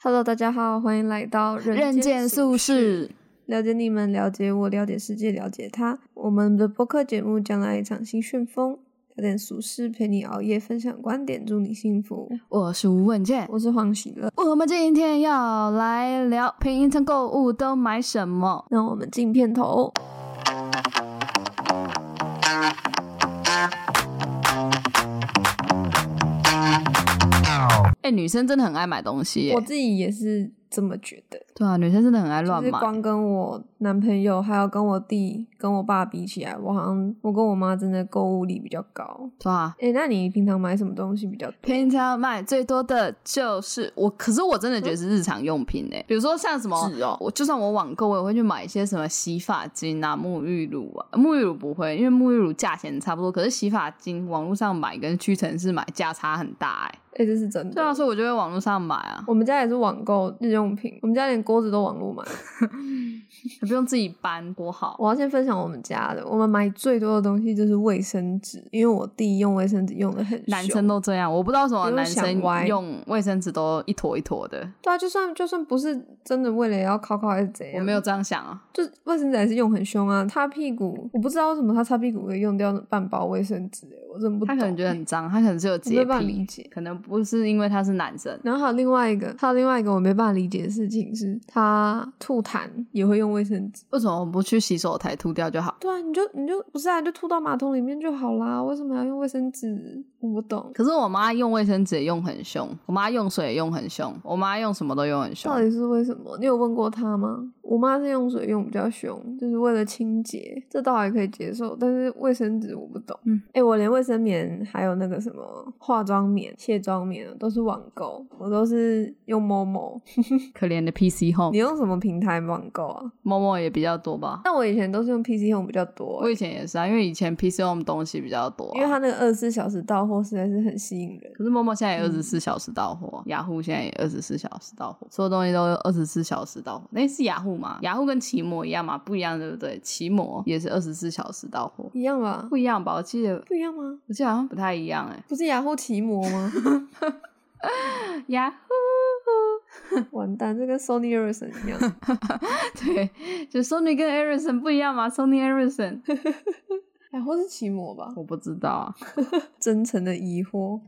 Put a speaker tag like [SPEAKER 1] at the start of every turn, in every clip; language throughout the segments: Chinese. [SPEAKER 1] Hello，大家好，欢迎来到
[SPEAKER 2] 人
[SPEAKER 1] 间
[SPEAKER 2] 间
[SPEAKER 1] 宿
[SPEAKER 2] 宿
[SPEAKER 1] 事，
[SPEAKER 2] 事，
[SPEAKER 1] 了解你们，了解我，了解世界，了解他。我们的播客节目将来一场新旋风，聊点俗事，陪你熬夜，分享观点，祝你幸福。
[SPEAKER 2] 我是吴文健。
[SPEAKER 1] 我是黄喜乐，
[SPEAKER 2] 我们今天要来聊平行层购物都买什么。
[SPEAKER 1] 那我们进片头。
[SPEAKER 2] 哎、女生真的很爱买东西耶
[SPEAKER 1] 我自己也是这么觉得，
[SPEAKER 2] 对啊，女生真的很爱
[SPEAKER 1] 就
[SPEAKER 2] 乱
[SPEAKER 1] 是
[SPEAKER 2] 买。
[SPEAKER 1] 光跟我男朋友还有跟我弟、跟我爸比起来，我好像我跟我妈真的购物力比较高。
[SPEAKER 2] 对啊，
[SPEAKER 1] 哎、那你平常买什么东西比较多？
[SPEAKER 2] 平常买最多的就是我，可是我真的觉得是日常用品哎、比如说像什么，
[SPEAKER 1] 纸哦
[SPEAKER 2] 我就算我网购，我也会去买一些什么洗发精啊、沐浴乳啊。沐浴乳不会，因为沐浴乳价钱差不多，可是洗发精网络上买跟屈臣氏买价差很大哎、
[SPEAKER 1] 哎、这是真的。
[SPEAKER 2] 对啊，所以我就会网络上买啊，
[SPEAKER 1] 我们家也是网购日用品，我们家连锅子都网络买。
[SPEAKER 2] 也不用自己搬，多好。
[SPEAKER 1] 我要先分享我们家的，我们买最多的东西就是卫生纸，因为我弟用卫生纸用的很凶
[SPEAKER 2] 男生都这样，我不知道为什么
[SPEAKER 1] 不用
[SPEAKER 2] 男
[SPEAKER 1] 想
[SPEAKER 2] 生
[SPEAKER 1] 歪
[SPEAKER 2] 用卫生纸都一坨一坨的，
[SPEAKER 1] 对啊，就算就算不是真的为了要考考还是怎样，
[SPEAKER 2] 我没有，这样想啊。
[SPEAKER 1] 就是卫生纸还是用很凶啊。擦屁股，我不知道为什么他擦屁股可以用掉半包卫生纸、欸，我真的不
[SPEAKER 2] 他
[SPEAKER 1] 懂，
[SPEAKER 2] 可能觉得很脏，他可能是有
[SPEAKER 1] 我没
[SPEAKER 2] 洁
[SPEAKER 1] 办法
[SPEAKER 2] 癖，
[SPEAKER 1] 理解。
[SPEAKER 2] 可能不是因为他是男生。
[SPEAKER 1] 然后还有另外一个，还有另外一个我没办法理解的事情是，他吐痰也会用卫生纸。
[SPEAKER 2] 为什么不去洗手台吐掉就好？
[SPEAKER 1] 对啊，你就你就不是啊，你就吐到马桶里面就好啦，为什么要用卫生纸？我不懂，
[SPEAKER 2] 可是我妈用卫生纸也用很凶，我妈用水也用很凶，我妈用什么都用很凶
[SPEAKER 1] 到。底是为什么？你有问过她吗？我妈是用水用比较凶，就是为了清洁，这倒还可以接受，但是卫生纸我不懂。
[SPEAKER 2] 嗯，
[SPEAKER 1] 哎、我连卫生棉还有那个什么化妆棉、卸妆棉都是网购，我都是用某某。
[SPEAKER 2] 可怜的 PC
[SPEAKER 1] 你
[SPEAKER 2] Home，
[SPEAKER 1] 用什么平台网购啊？
[SPEAKER 2] 默默也比较多吧。
[SPEAKER 1] 但我以前都是用 PC Home 比较多、
[SPEAKER 2] 我以前也是啊，因为以前 PC Home 东西比较多啊、
[SPEAKER 1] 因为它那个二十四小时到货实在是很吸引人。
[SPEAKER 2] 可是陌陌现在也二十四小时到货、雅虎现在也二十四小时到货，所有东西都二十四小时到货。那是雅虎吗？雅虎跟奇摩一样吗？不一样，对不对？奇摩也是二十四小时到货，
[SPEAKER 1] 一样吧？
[SPEAKER 2] 不一样吧？我记得，
[SPEAKER 1] 不一样吗？
[SPEAKER 2] 我记得好像不太一样哎、
[SPEAKER 1] 不是雅虎奇摩吗？
[SPEAKER 2] 雅虎，
[SPEAKER 1] 完蛋，这跟 Sony Ericsson 一 样。
[SPEAKER 2] 对，就 Sony 跟 Ericsson 不一样吗？Sony Ericsson，
[SPEAKER 1] 雅虎是奇摩吧？
[SPEAKER 2] 我不知道啊。
[SPEAKER 1] 真诚的疑惑。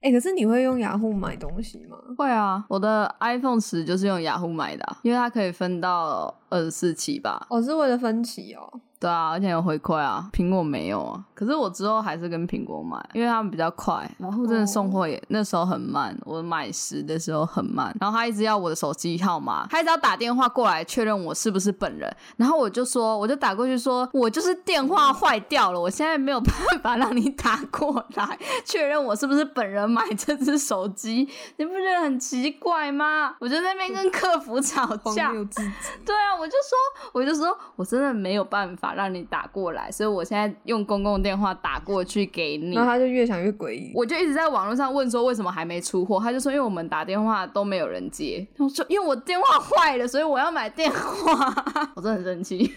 [SPEAKER 1] 哎、可是你会用雅虎买东西吗？
[SPEAKER 2] 会啊，我的 iPhone 十就是用雅虎买的啊、因为它可以分到二十四期吧。
[SPEAKER 1] 哦，是为了分期哦。
[SPEAKER 2] 对啊，而且有回馈啊，苹果没有啊。可是我之后还是跟苹果买，因为他们比较快，然后真的送货也、那时候很慢，我买十的时候很慢，然后他一直要我的手机号码，他一直要打电话过来确认我是不是本人，然后我就说，我就打过去说，我就是电话坏掉了，我现在没有办法让你打过来确认我是不是本人买这只手机，你不觉得很奇怪吗？我就在那边跟客服吵架
[SPEAKER 1] 荒，谬至极。
[SPEAKER 2] 对啊，我就说，我就说我真的没有办法让你打过来，所以我现在用公共电话打过去给你
[SPEAKER 1] 然。后他就越想越诡异。
[SPEAKER 2] 我就一直在网络上问说为什么还没出货，他就说因为我们打电话都没有人接，我说因为我电话坏了，所以我要买电话， 我真的很生气，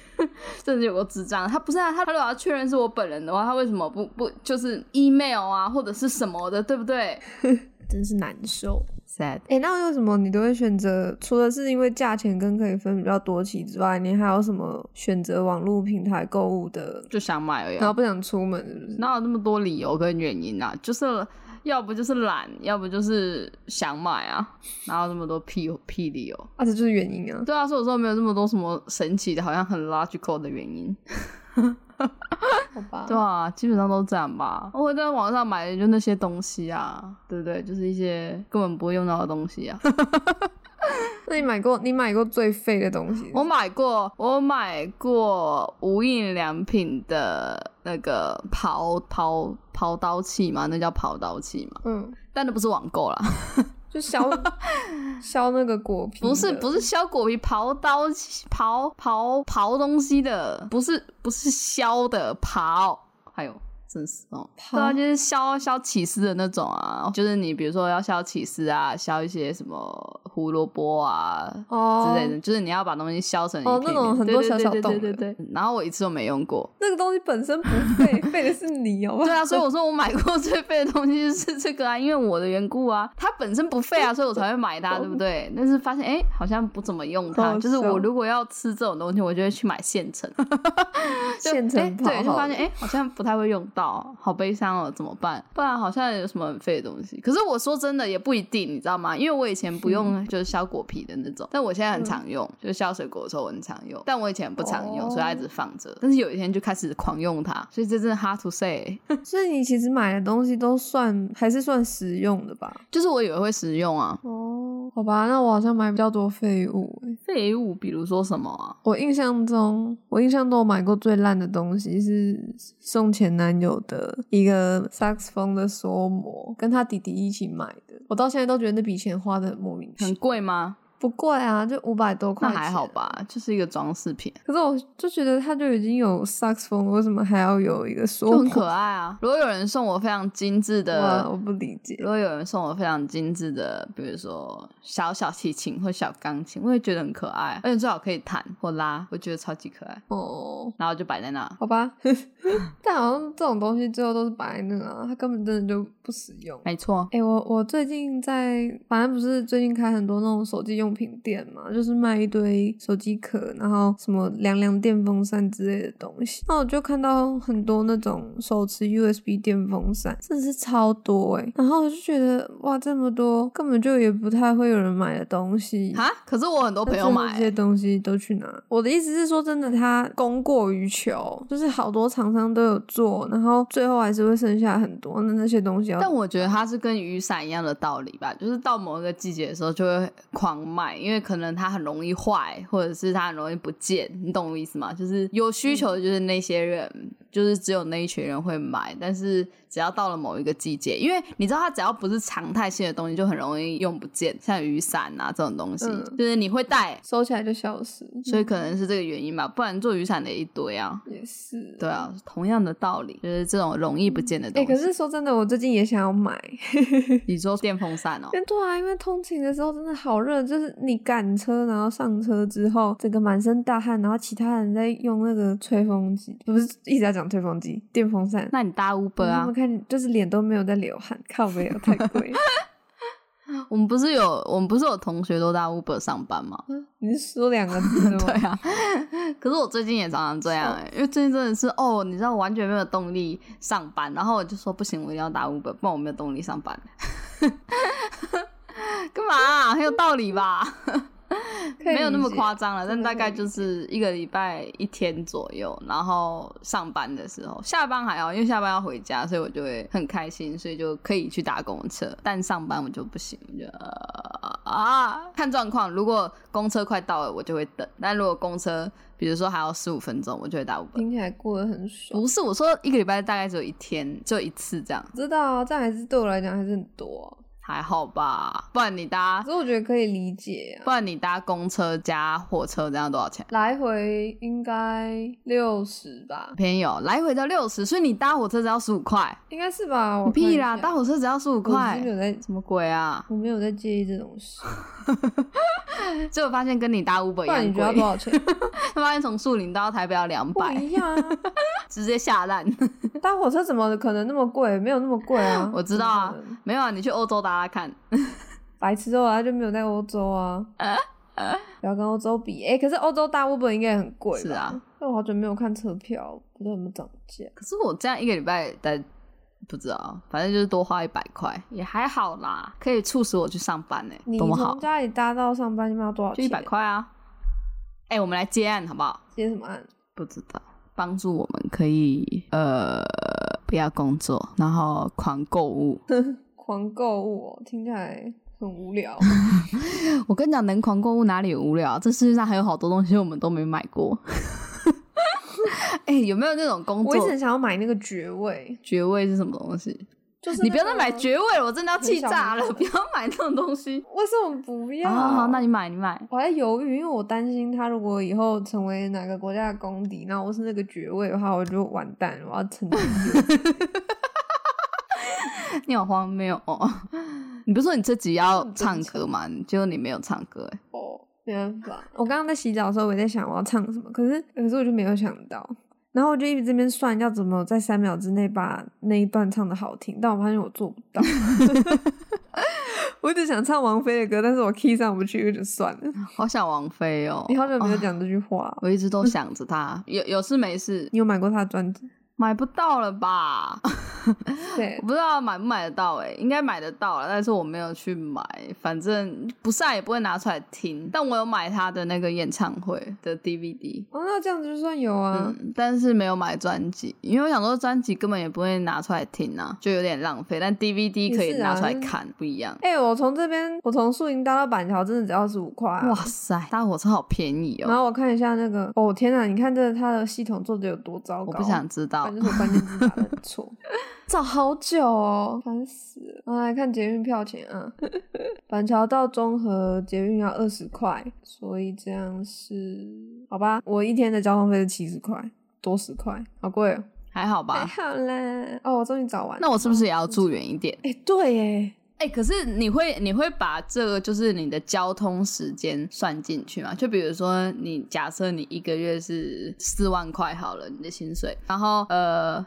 [SPEAKER 2] 真的有个智障。他不是啊，他如果要确认是我本人的话，他为什么不不就是 email 啊或者是什么的，对不对
[SPEAKER 1] 真是难受。
[SPEAKER 2] ？sad，
[SPEAKER 1] 哎、那为什么你都会选择？除了是因为价钱跟可以分比较多期之外，你还有什么选择网络平台购物的？
[SPEAKER 2] 就想买而已啊、
[SPEAKER 1] 然后不想出门是不是？
[SPEAKER 2] 哪有那么多理由跟原因啊？就是要不就是懒，要不就是想买啊，哪有那么多屁屁理由？
[SPEAKER 1] 啊，这就是原因啊。
[SPEAKER 2] 对啊，所以我说没有那么多什么神奇的，好像很 logical 的原因。
[SPEAKER 1] 好吧。
[SPEAKER 2] 对啊，基本上都这样吧。我会在网上买的就那些东西啊，对不对？就是一些根本不会用到的东西啊。
[SPEAKER 1] 那你买过你买过最废的东西是什么？
[SPEAKER 2] 我买过，我买过无印良品的那个刨刨刨刀器嘛，那叫刨刀器嘛，
[SPEAKER 1] 嗯，
[SPEAKER 2] 但那不是网购啦。
[SPEAKER 1] 就 削削那个果皮的。
[SPEAKER 2] 不是不是削果皮刨刀刨刨刨东西的，不是不是削的刨，还有真是哦，
[SPEAKER 1] 好
[SPEAKER 2] 对啊，就是消消起司的那种啊，就是你比如说要消起司啊，消一些什么胡萝卜啊。
[SPEAKER 1] 哦
[SPEAKER 2] 之，类的，就是你要把东西削成一
[SPEAKER 1] 哦
[SPEAKER 2] 片
[SPEAKER 1] 那种
[SPEAKER 2] 片
[SPEAKER 1] 很
[SPEAKER 2] 对
[SPEAKER 1] 多
[SPEAKER 2] 对
[SPEAKER 1] 小
[SPEAKER 2] 对
[SPEAKER 1] 小
[SPEAKER 2] 对
[SPEAKER 1] 洞
[SPEAKER 2] 对对对然后我一次都没用过，
[SPEAKER 1] 那个东西本身不废，废的是你，好吧？
[SPEAKER 2] 对啊，所以我说我买过最废的东西就是这个啊，因为我的缘故啊，它本身 不废啊，所以我才会买它，对不对？但是发现哎、诶好像不怎么用
[SPEAKER 1] 好
[SPEAKER 2] 它，
[SPEAKER 1] 笑
[SPEAKER 2] 就是我如果要吃这种东西，我就会去买现 成，就
[SPEAKER 1] 现成
[SPEAKER 2] 诶
[SPEAKER 1] 泡好
[SPEAKER 2] 对，就发
[SPEAKER 1] 的
[SPEAKER 2] 现哎、诶好像不太会用到，好悲伤哦，怎么办？不然好像有什么很废的东西。可是我说真的也不一定，你知道吗？因为我以前不
[SPEAKER 1] 嗯
[SPEAKER 2] 用就是削果皮的那种，但我现在很常用，就是削水果的时候我很常用，但我以前不常用，
[SPEAKER 1] 哦
[SPEAKER 2] 所以它一直放着。但是有一天就开始狂用它，所以这真的 hard to say。
[SPEAKER 1] 所以你其实买的东西都算还是算实用的吧？
[SPEAKER 2] 就是我以为会实用啊。
[SPEAKER 1] 哦，好吧，那我好像买比较多废物欸、
[SPEAKER 2] 废物，比如说什么啊？
[SPEAKER 1] 我印象中，我印象中我买过最烂的东西是送前男友的一个萨克斯风的缩膜，跟他弟弟一起买的。我到现在都觉得那笔钱花的很莫名其
[SPEAKER 2] 很
[SPEAKER 1] 妙，
[SPEAKER 2] 贵吗？
[SPEAKER 1] 不贵啊，就五百多块，
[SPEAKER 2] 那还好。吧，就是一个装饰品，
[SPEAKER 1] 可是我就觉得他就已经有萨克斯风，为什么还要有一个缩
[SPEAKER 2] 就
[SPEAKER 1] 膜？
[SPEAKER 2] 很可爱啊。如果有人送我非常精致
[SPEAKER 1] 哇，我
[SPEAKER 2] 的，
[SPEAKER 1] 不理解
[SPEAKER 2] 如。果有人送我非常精致的，比如说小小提琴或小钢琴，我也觉得很可爱，而且最好可以弹或拉，我觉得超级可爱。
[SPEAKER 1] 哦，
[SPEAKER 2] 然后就摆在那，
[SPEAKER 1] 好吧， 但好像这种东西最后都是摆在那啊，它根本真的就不实用。
[SPEAKER 2] 没错，
[SPEAKER 1] 哎、我我最近在，反正不是最近开很多那种手机用品店嘛，就是卖一堆手机壳，然后什么凉凉电风扇之类的东西。那我就看到很多那种手持 USB 电风扇，真的是超多哎、然后我就觉得哇，这么多根本就也不太会有人买的东西。
[SPEAKER 2] 哈，可是我很多
[SPEAKER 1] 那
[SPEAKER 2] 哦朋友
[SPEAKER 1] 真的
[SPEAKER 2] 买、
[SPEAKER 1] 这些东西都去哪？我的意思是说，真的，它供过于求，就是好多厂商都有做，然后最后还是会剩下很多。那那些东西要
[SPEAKER 2] 但我觉得它是跟雨伞一样的道理吧，就是到某一个季节的时候就会狂卖，因为可能它很容易坏，或者是它很容易不见，你懂我意思吗？就是有需求的就是那些人，就是只有那一群人会买，但是只要到了某一个季节，因为你知道它只要不是常态性的东西，就很容易用不见，像雨伞啊这种东西，
[SPEAKER 1] 嗯
[SPEAKER 2] 就是你会带，
[SPEAKER 1] 收起来就消失，
[SPEAKER 2] 所以可能是这个原因吧，不然做雨伞的也一堆啊。
[SPEAKER 1] 嗯也是
[SPEAKER 2] 对。啊，同样的道理，就是这种容易不见的
[SPEAKER 1] 哎、
[SPEAKER 2] 东西。
[SPEAKER 1] 可是说真的，我最近也想要买。
[SPEAKER 2] 你说电风扇哦、
[SPEAKER 1] 因为对啊，因为通勤的时候真的好热，就是你赶车，然后上车之后，整个满身大汗，然后其他人在用那个吹风机，不是一直在讲吹风机，电风扇。
[SPEAKER 2] 那你搭 Uber
[SPEAKER 1] 然后
[SPEAKER 2] 啊
[SPEAKER 1] 他们？看就是脸都没有在流汗，靠没有太贵。
[SPEAKER 2] 我们不是有我们不是有同学都在 Uber 上班吗？
[SPEAKER 1] 你是说两个 字吗？
[SPEAKER 2] 对啊，可是我最近也常常这样、欸，因为最近真的是哦，你知道完全没有动力上班，然后我就说不行，我一定要打 Uber，不然我没有动力上班。 干嘛啊、很有道理吧？
[SPEAKER 1] 可以
[SPEAKER 2] 没有那么
[SPEAKER 1] 理解
[SPEAKER 2] 夸张了，但大概就
[SPEAKER 1] 真
[SPEAKER 2] 是一个礼拜一天左右，然后上班的时候，下班还好，因为下班要回家，所以我就会很开心，所以就可以去搭公车。但上班我就不行，我就、呃、啊，看状况。如果公车快到了，我就会等；但如果公车，比如说还要十五分钟，我就会打五分。
[SPEAKER 1] 听起来过得很爽。
[SPEAKER 2] 不是，我说一个礼拜大概只有一天，只有一次这样，
[SPEAKER 1] 知道啊，这样还是对我来讲还是很多啊、
[SPEAKER 2] 还好吧？不然你搭
[SPEAKER 1] 可，是我觉得可以理解啊。
[SPEAKER 2] 不然你搭公车加火车，这样多少钱？
[SPEAKER 1] 来回应该六十吧，
[SPEAKER 2] 便宜哦，来回到六十，所以你搭火车只要十五块，
[SPEAKER 1] 应该是吧？我
[SPEAKER 2] 你
[SPEAKER 1] 哦看一
[SPEAKER 2] 屁啦，
[SPEAKER 1] 下
[SPEAKER 2] 搭火车只要十五
[SPEAKER 1] 我
[SPEAKER 2] 块
[SPEAKER 1] 其实没，有在，
[SPEAKER 2] 什么鬼啊？
[SPEAKER 1] 我没有在介意这种 事。
[SPEAKER 2] 结果发现跟你搭 Uber
[SPEAKER 1] 不
[SPEAKER 2] 一
[SPEAKER 1] 然
[SPEAKER 2] 样
[SPEAKER 1] 你觉得要多 少
[SPEAKER 2] 贵，
[SPEAKER 1] 钱？
[SPEAKER 2] 他发现从树林到台北要两
[SPEAKER 1] 不
[SPEAKER 2] 百，
[SPEAKER 1] 一样啊！
[SPEAKER 2] 直接下烂。
[SPEAKER 1] 搭火车怎么可能那么贵？没有那么贵啊！
[SPEAKER 2] 我知道啊
[SPEAKER 1] 怎么可能，
[SPEAKER 2] 没有啊，你去欧洲搭搭看，
[SPEAKER 1] 白痴哦，他就没有在欧洲啊。不要跟欧洲比，哎、可是欧洲搭 Uber 应该也很贵吧
[SPEAKER 2] 是啊，
[SPEAKER 1] 但我好久没有看车票，不知道有没有涨价。
[SPEAKER 2] 可是我这样一个礼拜待，不知道，反正就是多花一百块，也还好啦，可以促使我去上班呢、
[SPEAKER 1] 你
[SPEAKER 2] 多么好
[SPEAKER 1] 从，家里搭到上班，你们要多少
[SPEAKER 2] 就
[SPEAKER 1] 钱？
[SPEAKER 2] 一百，块啊。哎、我们来接案好不好？
[SPEAKER 1] 接什么案？
[SPEAKER 2] 不知道，帮助我们可以呃不要工作，然后狂购物。
[SPEAKER 1] 狂购物、哦，听起来很无聊。
[SPEAKER 2] 我跟你讲，能狂购物哪里有无聊啊、这世界上还有好多东西我们都没买过。哎、有没有那种工
[SPEAKER 1] 我一直
[SPEAKER 2] 作
[SPEAKER 1] 很想要买那个爵位，
[SPEAKER 2] 爵位是什么东西？
[SPEAKER 1] 就是
[SPEAKER 2] 你
[SPEAKER 1] 那
[SPEAKER 2] 不要再
[SPEAKER 1] 个
[SPEAKER 2] 买爵位了，我真的要气炸了！
[SPEAKER 1] 很小
[SPEAKER 2] 不要买那种东西。
[SPEAKER 1] 为什么不要？
[SPEAKER 2] 好啊好好，那你买，你买。
[SPEAKER 1] 我还犹豫，因为我担心他如果以后成为哪个国家的公敌，然后我是那个爵位的话，我就完蛋，我要 成绩
[SPEAKER 2] 你好荒谬哦！ 你不是说你自己要唱歌吗？结果你没有唱歌、欸，
[SPEAKER 1] 哦，没办法。我刚刚在洗澡的时候，我也在想我要唱什么，可是可是我就没有想到，然后我就一直这边算要怎么在三秒之内把那一段唱的好听，但我发现我做不 到。 我一直想唱王菲的歌，但是我 key 上不去，就算了。
[SPEAKER 2] 好想王菲哦！
[SPEAKER 1] 你好久没有
[SPEAKER 2] 啊
[SPEAKER 1] 讲这句话哦，
[SPEAKER 2] 我一直都想着她。有有事没事，
[SPEAKER 1] 你有买过她的专 辑？
[SPEAKER 2] 买不到了吧？
[SPEAKER 1] 对
[SPEAKER 2] 我，不知道买不买得到哎、欸，应该买得到了，但是我没有去买，反正不晒也不会拿出来听。但我有买他的那个演唱会的 DVD，
[SPEAKER 1] 哦，那这样子就算有啊。
[SPEAKER 2] 嗯，但是没有买专辑，因为我想说专辑根本也不会拿出来听啊，就有点浪费。但 DVD 可以
[SPEAKER 1] 也是啊
[SPEAKER 2] 拿出来看，不一样。
[SPEAKER 1] 哎、我从这边，我从树荫搭到板桥，真的只要十五块啊。
[SPEAKER 2] 哇塞，搭火车好便宜
[SPEAKER 1] 然
[SPEAKER 2] 哦！
[SPEAKER 1] 后我看一下那个，哦天哪，你看这它的系统做的有多糟糕。
[SPEAKER 2] 我不想知道
[SPEAKER 1] 反，正我关键字打的很 错，找好久哦，烦死了。啊，来看捷运票钱啊，板桥到中和捷运要二十块，所以这样是好吧？我一天的交通费是七十块，多十块，好贵哦。
[SPEAKER 2] 还好
[SPEAKER 1] 还
[SPEAKER 2] 吧？
[SPEAKER 1] 好啦，哦，我终于找完了。
[SPEAKER 2] 那我是不是也要住远一点？
[SPEAKER 1] 哎、对耶，
[SPEAKER 2] 哎、可是你会你会把这个就是你的交通时间算进去吗？就比如说你假设你一个月是四万块好了，你的薪水，然后呃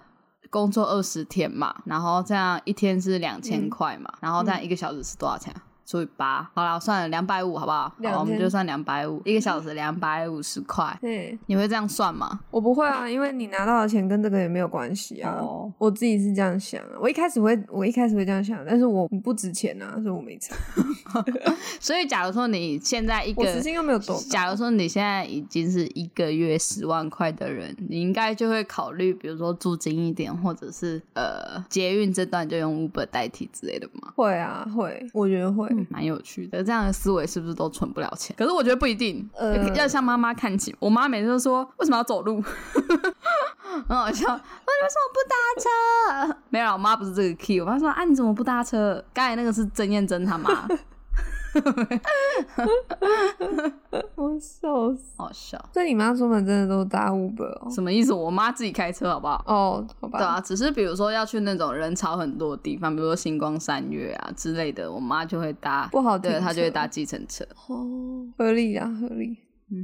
[SPEAKER 2] 工作二十天嘛，然后这样一天是两千
[SPEAKER 1] 嗯
[SPEAKER 2] 块嘛，然后这样一个小时是多少钱啊？除以八，好啦，算了两百五好不好？
[SPEAKER 1] 两
[SPEAKER 2] 好，我们
[SPEAKER 1] 天
[SPEAKER 2] 就算两百五，一个小时两百五十块，
[SPEAKER 1] 对，
[SPEAKER 2] 你会这样算吗？
[SPEAKER 1] 我不会啊，因为你拿到的钱跟这个也没有关系啊。
[SPEAKER 2] 哦
[SPEAKER 1] 我自己是这样想啊，我一开始会，我一开始会这样想，但是我不值钱啊，所以我没差。
[SPEAKER 2] 所以假如说你现在一个
[SPEAKER 1] 我时薪又没有多高，
[SPEAKER 2] 假如说你现在已经是一个月十万块的人，你应该就会考虑，比如说租金一点，或者是呃捷运这段就用 Uber 代替之类的嘛。
[SPEAKER 1] 会啊，会，我觉得会。
[SPEAKER 2] 嗯蛮有趣的，这样的思维是不是都存不了钱？可是我觉得不一定，
[SPEAKER 1] 呃
[SPEAKER 2] 要向妈妈看齐。我妈每次都说为什么要走路， 很好笑。我说 你为什么不搭车？没有啦，我妈不是这个 key。我妈说啊，你怎么不搭车？刚才那个是曾燕珍她妈，
[SPEAKER 1] 我笑死。
[SPEAKER 2] 好笑。
[SPEAKER 1] 所以你妈出门真的都搭 Uber 哦？
[SPEAKER 2] 什么意思？我妈自己开车好不好？
[SPEAKER 1] 哦，好吧。
[SPEAKER 2] 对啊，只是比如说要去那种人潮很多的地方，比如说星光三月啊之类的，我妈就会搭，
[SPEAKER 1] 不好
[SPEAKER 2] 对
[SPEAKER 1] 停
[SPEAKER 2] 她就
[SPEAKER 1] 车
[SPEAKER 2] 会搭计程车。
[SPEAKER 1] 哦，合理啊，合理。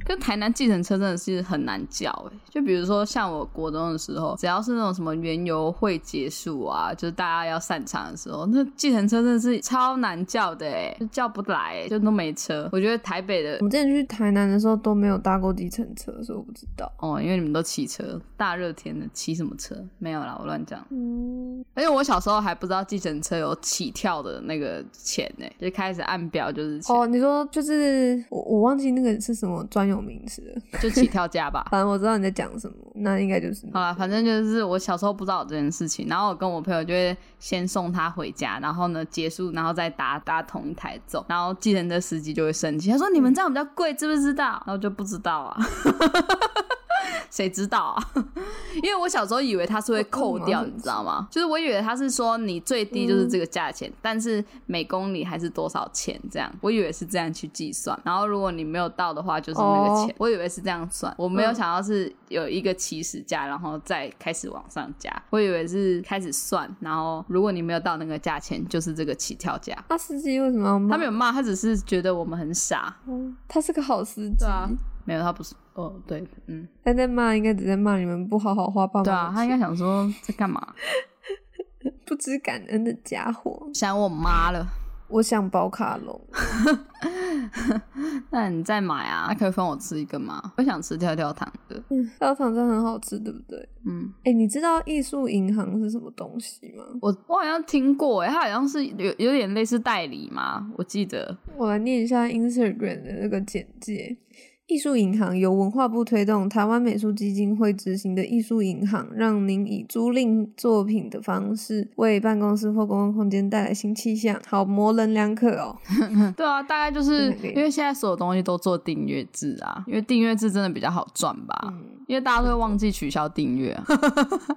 [SPEAKER 2] 可是台南计程车真的是很难叫哎、就比如说像我国中的时候，只要是那种什么园游会结束啊，就是大家要散场的时候，那计程车真的是超难叫的哎、就叫不来、欸，就都没车。我觉得台北的
[SPEAKER 1] 我。们之前去台南的时候都没有搭过计程车，所以我不知道。
[SPEAKER 2] 哦，因为你们都骑车，大热天的骑什么车？没有啦，我乱讲。
[SPEAKER 1] 嗯，
[SPEAKER 2] 而且我小时候还不知道计程车有起跳的那个钱呢、就开始按表就是钱，
[SPEAKER 1] 哦，你说就是我我忘记那个是什么专有名词了，
[SPEAKER 2] 就起跳价吧。
[SPEAKER 1] 反正我知道你在讲什么，那应该就是那个
[SPEAKER 2] 好啊啦，反正就是我小时候不知道有这件事情，然后我跟我朋友就会先送他回家，然后呢结束，然后再搭搭同一台走，然后计程车司机就会生气，他
[SPEAKER 1] 嗯
[SPEAKER 2] 说你们这样比较贵，知不知道？然后我就不知道啊， 谁知道啊？ 因为我小时候以为他是会扣掉，
[SPEAKER 1] 哦
[SPEAKER 2] 你知道吗？就是我以为他是说你最低就是
[SPEAKER 1] 嗯
[SPEAKER 2] 这个价钱，但是每公里还是多少钱这样，我以为是这样去计算。然后如果你没有到的话，就是那个钱。
[SPEAKER 1] 哦
[SPEAKER 2] 我以为是这样算，我没有
[SPEAKER 1] 嗯
[SPEAKER 2] 想到是有一个起始价，然后再开始往上加。我以为是开始算，然后如果你没有到那个价钱，就是这个起跳价。
[SPEAKER 1] 那啊司机为什么要骂？
[SPEAKER 2] 他没有骂，他只是觉得我们很傻。
[SPEAKER 1] 哦，他是个好司机。
[SPEAKER 2] 对啊，没有，他不是。哦，对，嗯，
[SPEAKER 1] 他在骂，应该只在骂你们不好好花爸妈的
[SPEAKER 2] 对
[SPEAKER 1] 钱。
[SPEAKER 2] 啊，他应该想说在干嘛？
[SPEAKER 1] 不知感恩的家伙。
[SPEAKER 2] 想我妈了。
[SPEAKER 1] 我想宝卡龙，
[SPEAKER 2] 那你再买啊，可以分我吃一个吗？我想吃跳跳糖的。
[SPEAKER 1] 嗯，烧糖真的很好吃，对不对？
[SPEAKER 2] 嗯，
[SPEAKER 1] 哎、你知道艺术银行是什么东西吗？
[SPEAKER 2] 我我好像听过、欸，它好像是有有点类似代理嘛，我记得。
[SPEAKER 1] 我来念一下 Instagram 的那个简介。艺术银行由文化部推动，台湾美术基金会执行的艺术银行，让您以租赁作品的方式为办公室或公共空间带来新气象，好模棱两可哦。
[SPEAKER 2] 对啊，大概就是
[SPEAKER 1] 对对
[SPEAKER 2] 因为现在所有东西都做订阅制啊，因为订阅制真的比较好赚吧。
[SPEAKER 1] 嗯，
[SPEAKER 2] 因为大家都会忘记取消订阅啊，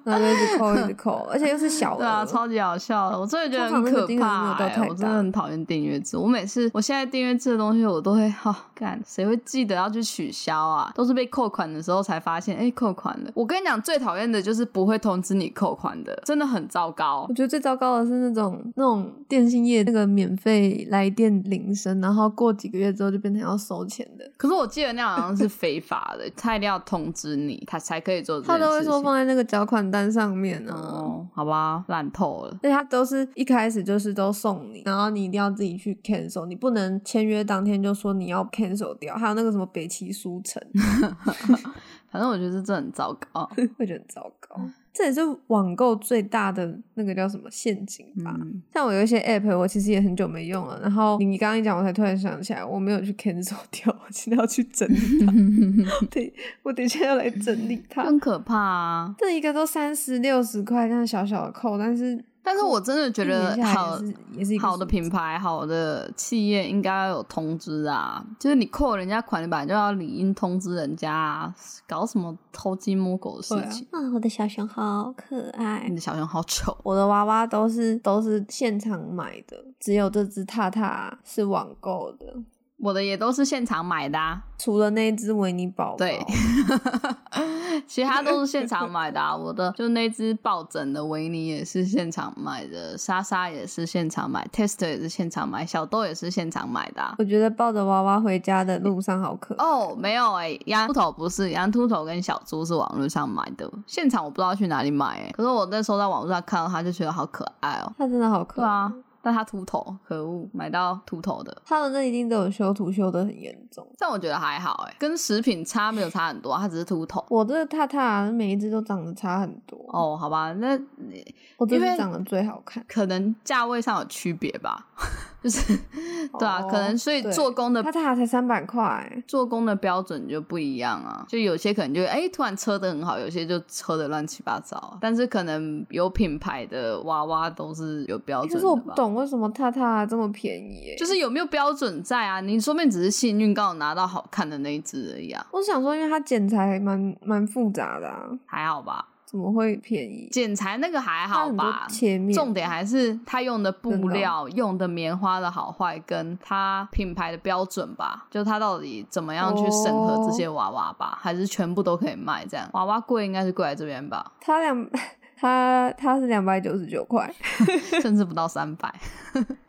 [SPEAKER 1] 那就一直扣，一直扣，而且又是小
[SPEAKER 2] 对啊，
[SPEAKER 1] 额，
[SPEAKER 2] 超级好笑的，我真的觉得
[SPEAKER 1] 通常
[SPEAKER 2] 很
[SPEAKER 1] 那个
[SPEAKER 2] 可
[SPEAKER 1] 金额没有
[SPEAKER 2] 怕、
[SPEAKER 1] 到
[SPEAKER 2] 欸
[SPEAKER 1] 太
[SPEAKER 2] 我真
[SPEAKER 1] 大
[SPEAKER 2] 的很讨厌订阅制。我每次我现在订阅制的东西，我都会哈干、谁会记得要去取消啊？都是被扣款的时候才发现，哎、扣款了。我跟你讲，最讨厌的就是不会通知你扣款的，真的很糟糕
[SPEAKER 1] 我。觉得最糟糕的是那种那种电信业那个免费来电铃声，然后过几个月之后就变成要收钱的。
[SPEAKER 2] 可是我记得那好像是非法的， 他一定要通知你，他才可以做这件
[SPEAKER 1] 他
[SPEAKER 2] 事情。
[SPEAKER 1] 都会说放在那个缴款单上面呢、啊。
[SPEAKER 2] 哦，好吧，烂透了。
[SPEAKER 1] 而且他都是一开始就是都送你，然后你一定要自己去 cancel，你不能签约当天就说你要 cancel 掉。还有那个什么北齐书 城，
[SPEAKER 2] 反正我觉得这很糟糕。
[SPEAKER 1] 会觉得很糟糕。这也是网购最大的那个叫什么陷阱吧？
[SPEAKER 2] 嗯，
[SPEAKER 1] 像我有一些 app，我其实也很久没用了。然后你刚刚一讲，我才突然想起来，我没有去 cancel 掉，我现在要去整理 它。对，我等一下要来整理它。
[SPEAKER 2] 很可怕啊！
[SPEAKER 1] 这一个都三十六十块，这样小小的扣，但是
[SPEAKER 2] 但是我真的觉
[SPEAKER 1] 一
[SPEAKER 2] 得
[SPEAKER 1] 年下来
[SPEAKER 2] 好
[SPEAKER 1] 也是也是一个
[SPEAKER 2] 好的
[SPEAKER 1] 数字
[SPEAKER 2] 品牌、好的企业应该要有通知啊，就是你扣人家款，你本来就要理应通知人家、啊，搞什么偷鸡摸狗的事
[SPEAKER 1] 对啊
[SPEAKER 2] 情。
[SPEAKER 1] 啊，我的小熊好可爱
[SPEAKER 2] 你的小熊好丑，
[SPEAKER 1] 嗯我的娃娃都是都是现场买的，只有这只踏踏是网购的，
[SPEAKER 2] 我的也都是现场买的、啊，
[SPEAKER 1] 除了那只维尼宝宝。
[SPEAKER 2] 对， 其他都是现场买的、啊。我的就那只抱枕的维尼也是现场买的，莎莎也是现场买，Tester 也是现场买，小豆也是现场买的、啊。
[SPEAKER 1] 我觉得抱着娃娃回家的路上好可爱。
[SPEAKER 2] 哦，没有哎、羊秃头不是，羊秃头跟小猪是网络上买的，现场我不知道去哪里买哎、可是我那时候在网络上看到它，就觉得好可爱哦、
[SPEAKER 1] 它真的好可
[SPEAKER 2] 对
[SPEAKER 1] 爱。
[SPEAKER 2] 啊，但它秃头，可恶，买到秃头的。
[SPEAKER 1] 他们那一定都有修图修的很严重。
[SPEAKER 2] 但我觉得还好哎、跟食品差没有差很多，它只是秃头。
[SPEAKER 1] 我这个踏踏每一只都长得差很多，
[SPEAKER 2] 哦，好吧，那
[SPEAKER 1] 我这
[SPEAKER 2] 因
[SPEAKER 1] 只
[SPEAKER 2] 为
[SPEAKER 1] 长得最好看。
[SPEAKER 2] 可能价位上有区别吧， 就是 对啊，
[SPEAKER 1] 哦
[SPEAKER 2] 可能所以
[SPEAKER 1] 对
[SPEAKER 2] 做工的
[SPEAKER 1] 踏踏才三百块，欸
[SPEAKER 2] 做工的标准就不一样啊，就有些可能就哎、突然车的很好，有些就车的乱七八糟啊、但是可能有品牌的娃娃都是有标
[SPEAKER 1] 可
[SPEAKER 2] 准
[SPEAKER 1] 是我
[SPEAKER 2] 的
[SPEAKER 1] 不
[SPEAKER 2] 吧。
[SPEAKER 1] 懂为什么踏踏这么便宜欸耶、
[SPEAKER 2] 就是有没有标准在啊？你说不定只是幸运刚好拿到好看的那一只而已啊，
[SPEAKER 1] 我想说，因为它剪裁蛮蛮复杂的、啊，
[SPEAKER 2] 还好吧？
[SPEAKER 1] 怎么会便宜？
[SPEAKER 2] 剪裁那个还
[SPEAKER 1] 它
[SPEAKER 2] 好
[SPEAKER 1] 很多
[SPEAKER 2] 吧？
[SPEAKER 1] 切面，
[SPEAKER 2] 重点还是他用的布
[SPEAKER 1] 真的
[SPEAKER 2] 料、用的棉花的好坏，跟他品牌的标准吧，就他到底怎么样去审核这
[SPEAKER 1] 哦
[SPEAKER 2] 些娃娃吧，还是全部都可以卖这样？娃娃贵应该是贵在这边吧？
[SPEAKER 1] 它两 它它是两百九十九块，
[SPEAKER 2] 甚至不到三百。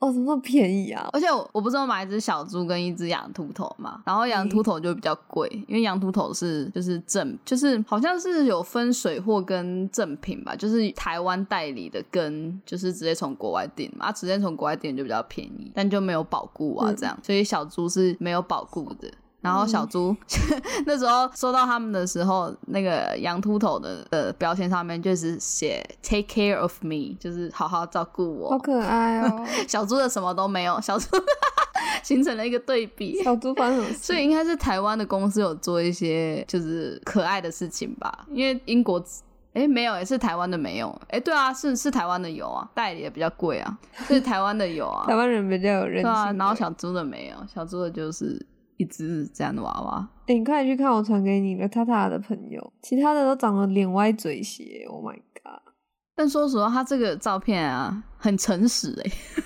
[SPEAKER 1] 哦，怎么那么便宜啊？
[SPEAKER 2] 而且我我不是有买一只小猪跟一只羊秃头嘛，然后羊
[SPEAKER 1] 嗯
[SPEAKER 2] 秃头就比较贵，因为羊秃头是就是正就是好像是有分水货跟正品吧，就是台湾代理的跟就是直接从国外订嘛，啊、直接从国外订就比较便宜，但就没有保固啊
[SPEAKER 1] 嗯
[SPEAKER 2] 这样，所以小猪是没有保固的。然后小猪、 那时候收到他们的时候，那个羊秃头的的标签上面就是写 “Take care of me”，就是好好照顾我，
[SPEAKER 1] 好可爱哦！
[SPEAKER 2] 小猪的什么都没有， 小猪形成了一个对比。
[SPEAKER 1] 小猪发生什么
[SPEAKER 2] 所
[SPEAKER 1] 事？
[SPEAKER 2] 以应该是台湾的公司有做一些就是可爱的事情吧，因为英国诶没有诶是台湾的没有诶对啊是是台湾的有啊，代理的比较贵啊，是台湾的有啊
[SPEAKER 1] 台，湾人比较有人
[SPEAKER 2] 对
[SPEAKER 1] 性
[SPEAKER 2] 啊，
[SPEAKER 1] 的。
[SPEAKER 2] 然后小猪的没有，小猪的就是一只这样的娃娃，
[SPEAKER 1] 哎、你快点去看我传给你的塔塔的朋友，其他的都长得脸歪嘴斜，Oh my god！
[SPEAKER 2] 但说实话，他这个照片啊很诚实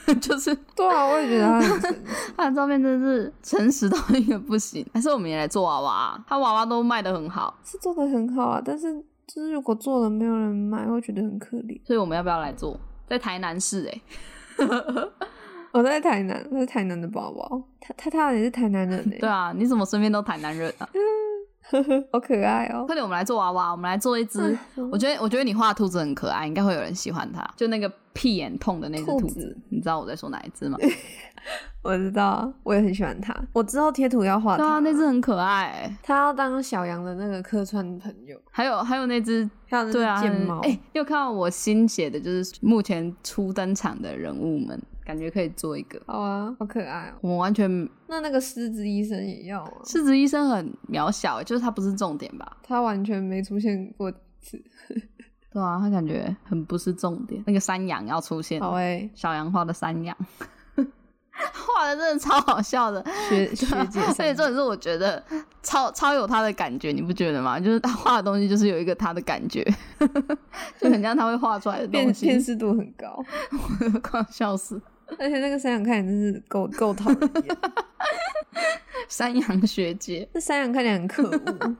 [SPEAKER 2] 诶、 就是
[SPEAKER 1] 对啊，我也觉得他很诚实
[SPEAKER 2] 他的照片真的是诚实到一个不行，还是我们也来做娃娃、啊，他娃娃都卖的很好。
[SPEAKER 1] 是做的很好啊，但是就是如果做了没有人买，会觉得很可怜。
[SPEAKER 2] 所以我们要不要来
[SPEAKER 1] 嗯
[SPEAKER 2] 做？在台南市哎、
[SPEAKER 1] 我在台南，我是台南的宝宝，他他他也是台南 人欸呢、
[SPEAKER 2] 对啊，你怎么身边都台南人啊？
[SPEAKER 1] 嗯好可爱哦、
[SPEAKER 2] 快点，我们来做娃娃，我们来做一只。
[SPEAKER 1] 嗯
[SPEAKER 2] 我觉得，我觉得你画的兔子很可爱，应该会有人喜欢它。就那个屁眼痛的那只兔
[SPEAKER 1] 兔
[SPEAKER 2] 子，
[SPEAKER 1] 子啊
[SPEAKER 2] 你知道我在说哪一只吗？
[SPEAKER 1] 我知道，我也很喜欢他。我之后贴图要画
[SPEAKER 2] 对啊，
[SPEAKER 1] 他，
[SPEAKER 2] 那只很可爱、欸。
[SPEAKER 1] 他要当小羊的那个客串朋友，
[SPEAKER 2] 还有还有那只，
[SPEAKER 1] 还有那
[SPEAKER 2] 对啊，
[SPEAKER 1] 只剑猫。
[SPEAKER 2] 哎、你有看到我新写的，就是目前初登场的人物们，感觉可以做一个。
[SPEAKER 1] 好啊，好可爱哦、
[SPEAKER 2] 我们完全
[SPEAKER 1] 那那个狮子医生也要啊，
[SPEAKER 2] 狮子医生很渺小，欸就是他不是重点吧？
[SPEAKER 1] 他完全没出现 过一次。
[SPEAKER 2] 对啊，他感觉很不是重点。那个山羊要出现，
[SPEAKER 1] 好哎、
[SPEAKER 2] 小羊画的山羊， 画的真的超好笑的。
[SPEAKER 1] 学学姐
[SPEAKER 2] 而且
[SPEAKER 1] 三
[SPEAKER 2] 重点是，我觉得超超有他的感觉，你不觉得吗？就是他画的东西，就是有一个他的感觉， 就很像他会画出来的
[SPEAKER 1] 辨
[SPEAKER 2] 东
[SPEAKER 1] 辨
[SPEAKER 2] 西，
[SPEAKER 1] 识度很高，
[SPEAKER 2] 快 要笑死。
[SPEAKER 1] 而且那个山羊看起来真是够够讨人厌，
[SPEAKER 2] 山羊学姐，
[SPEAKER 1] 那山羊看起来很可 恶。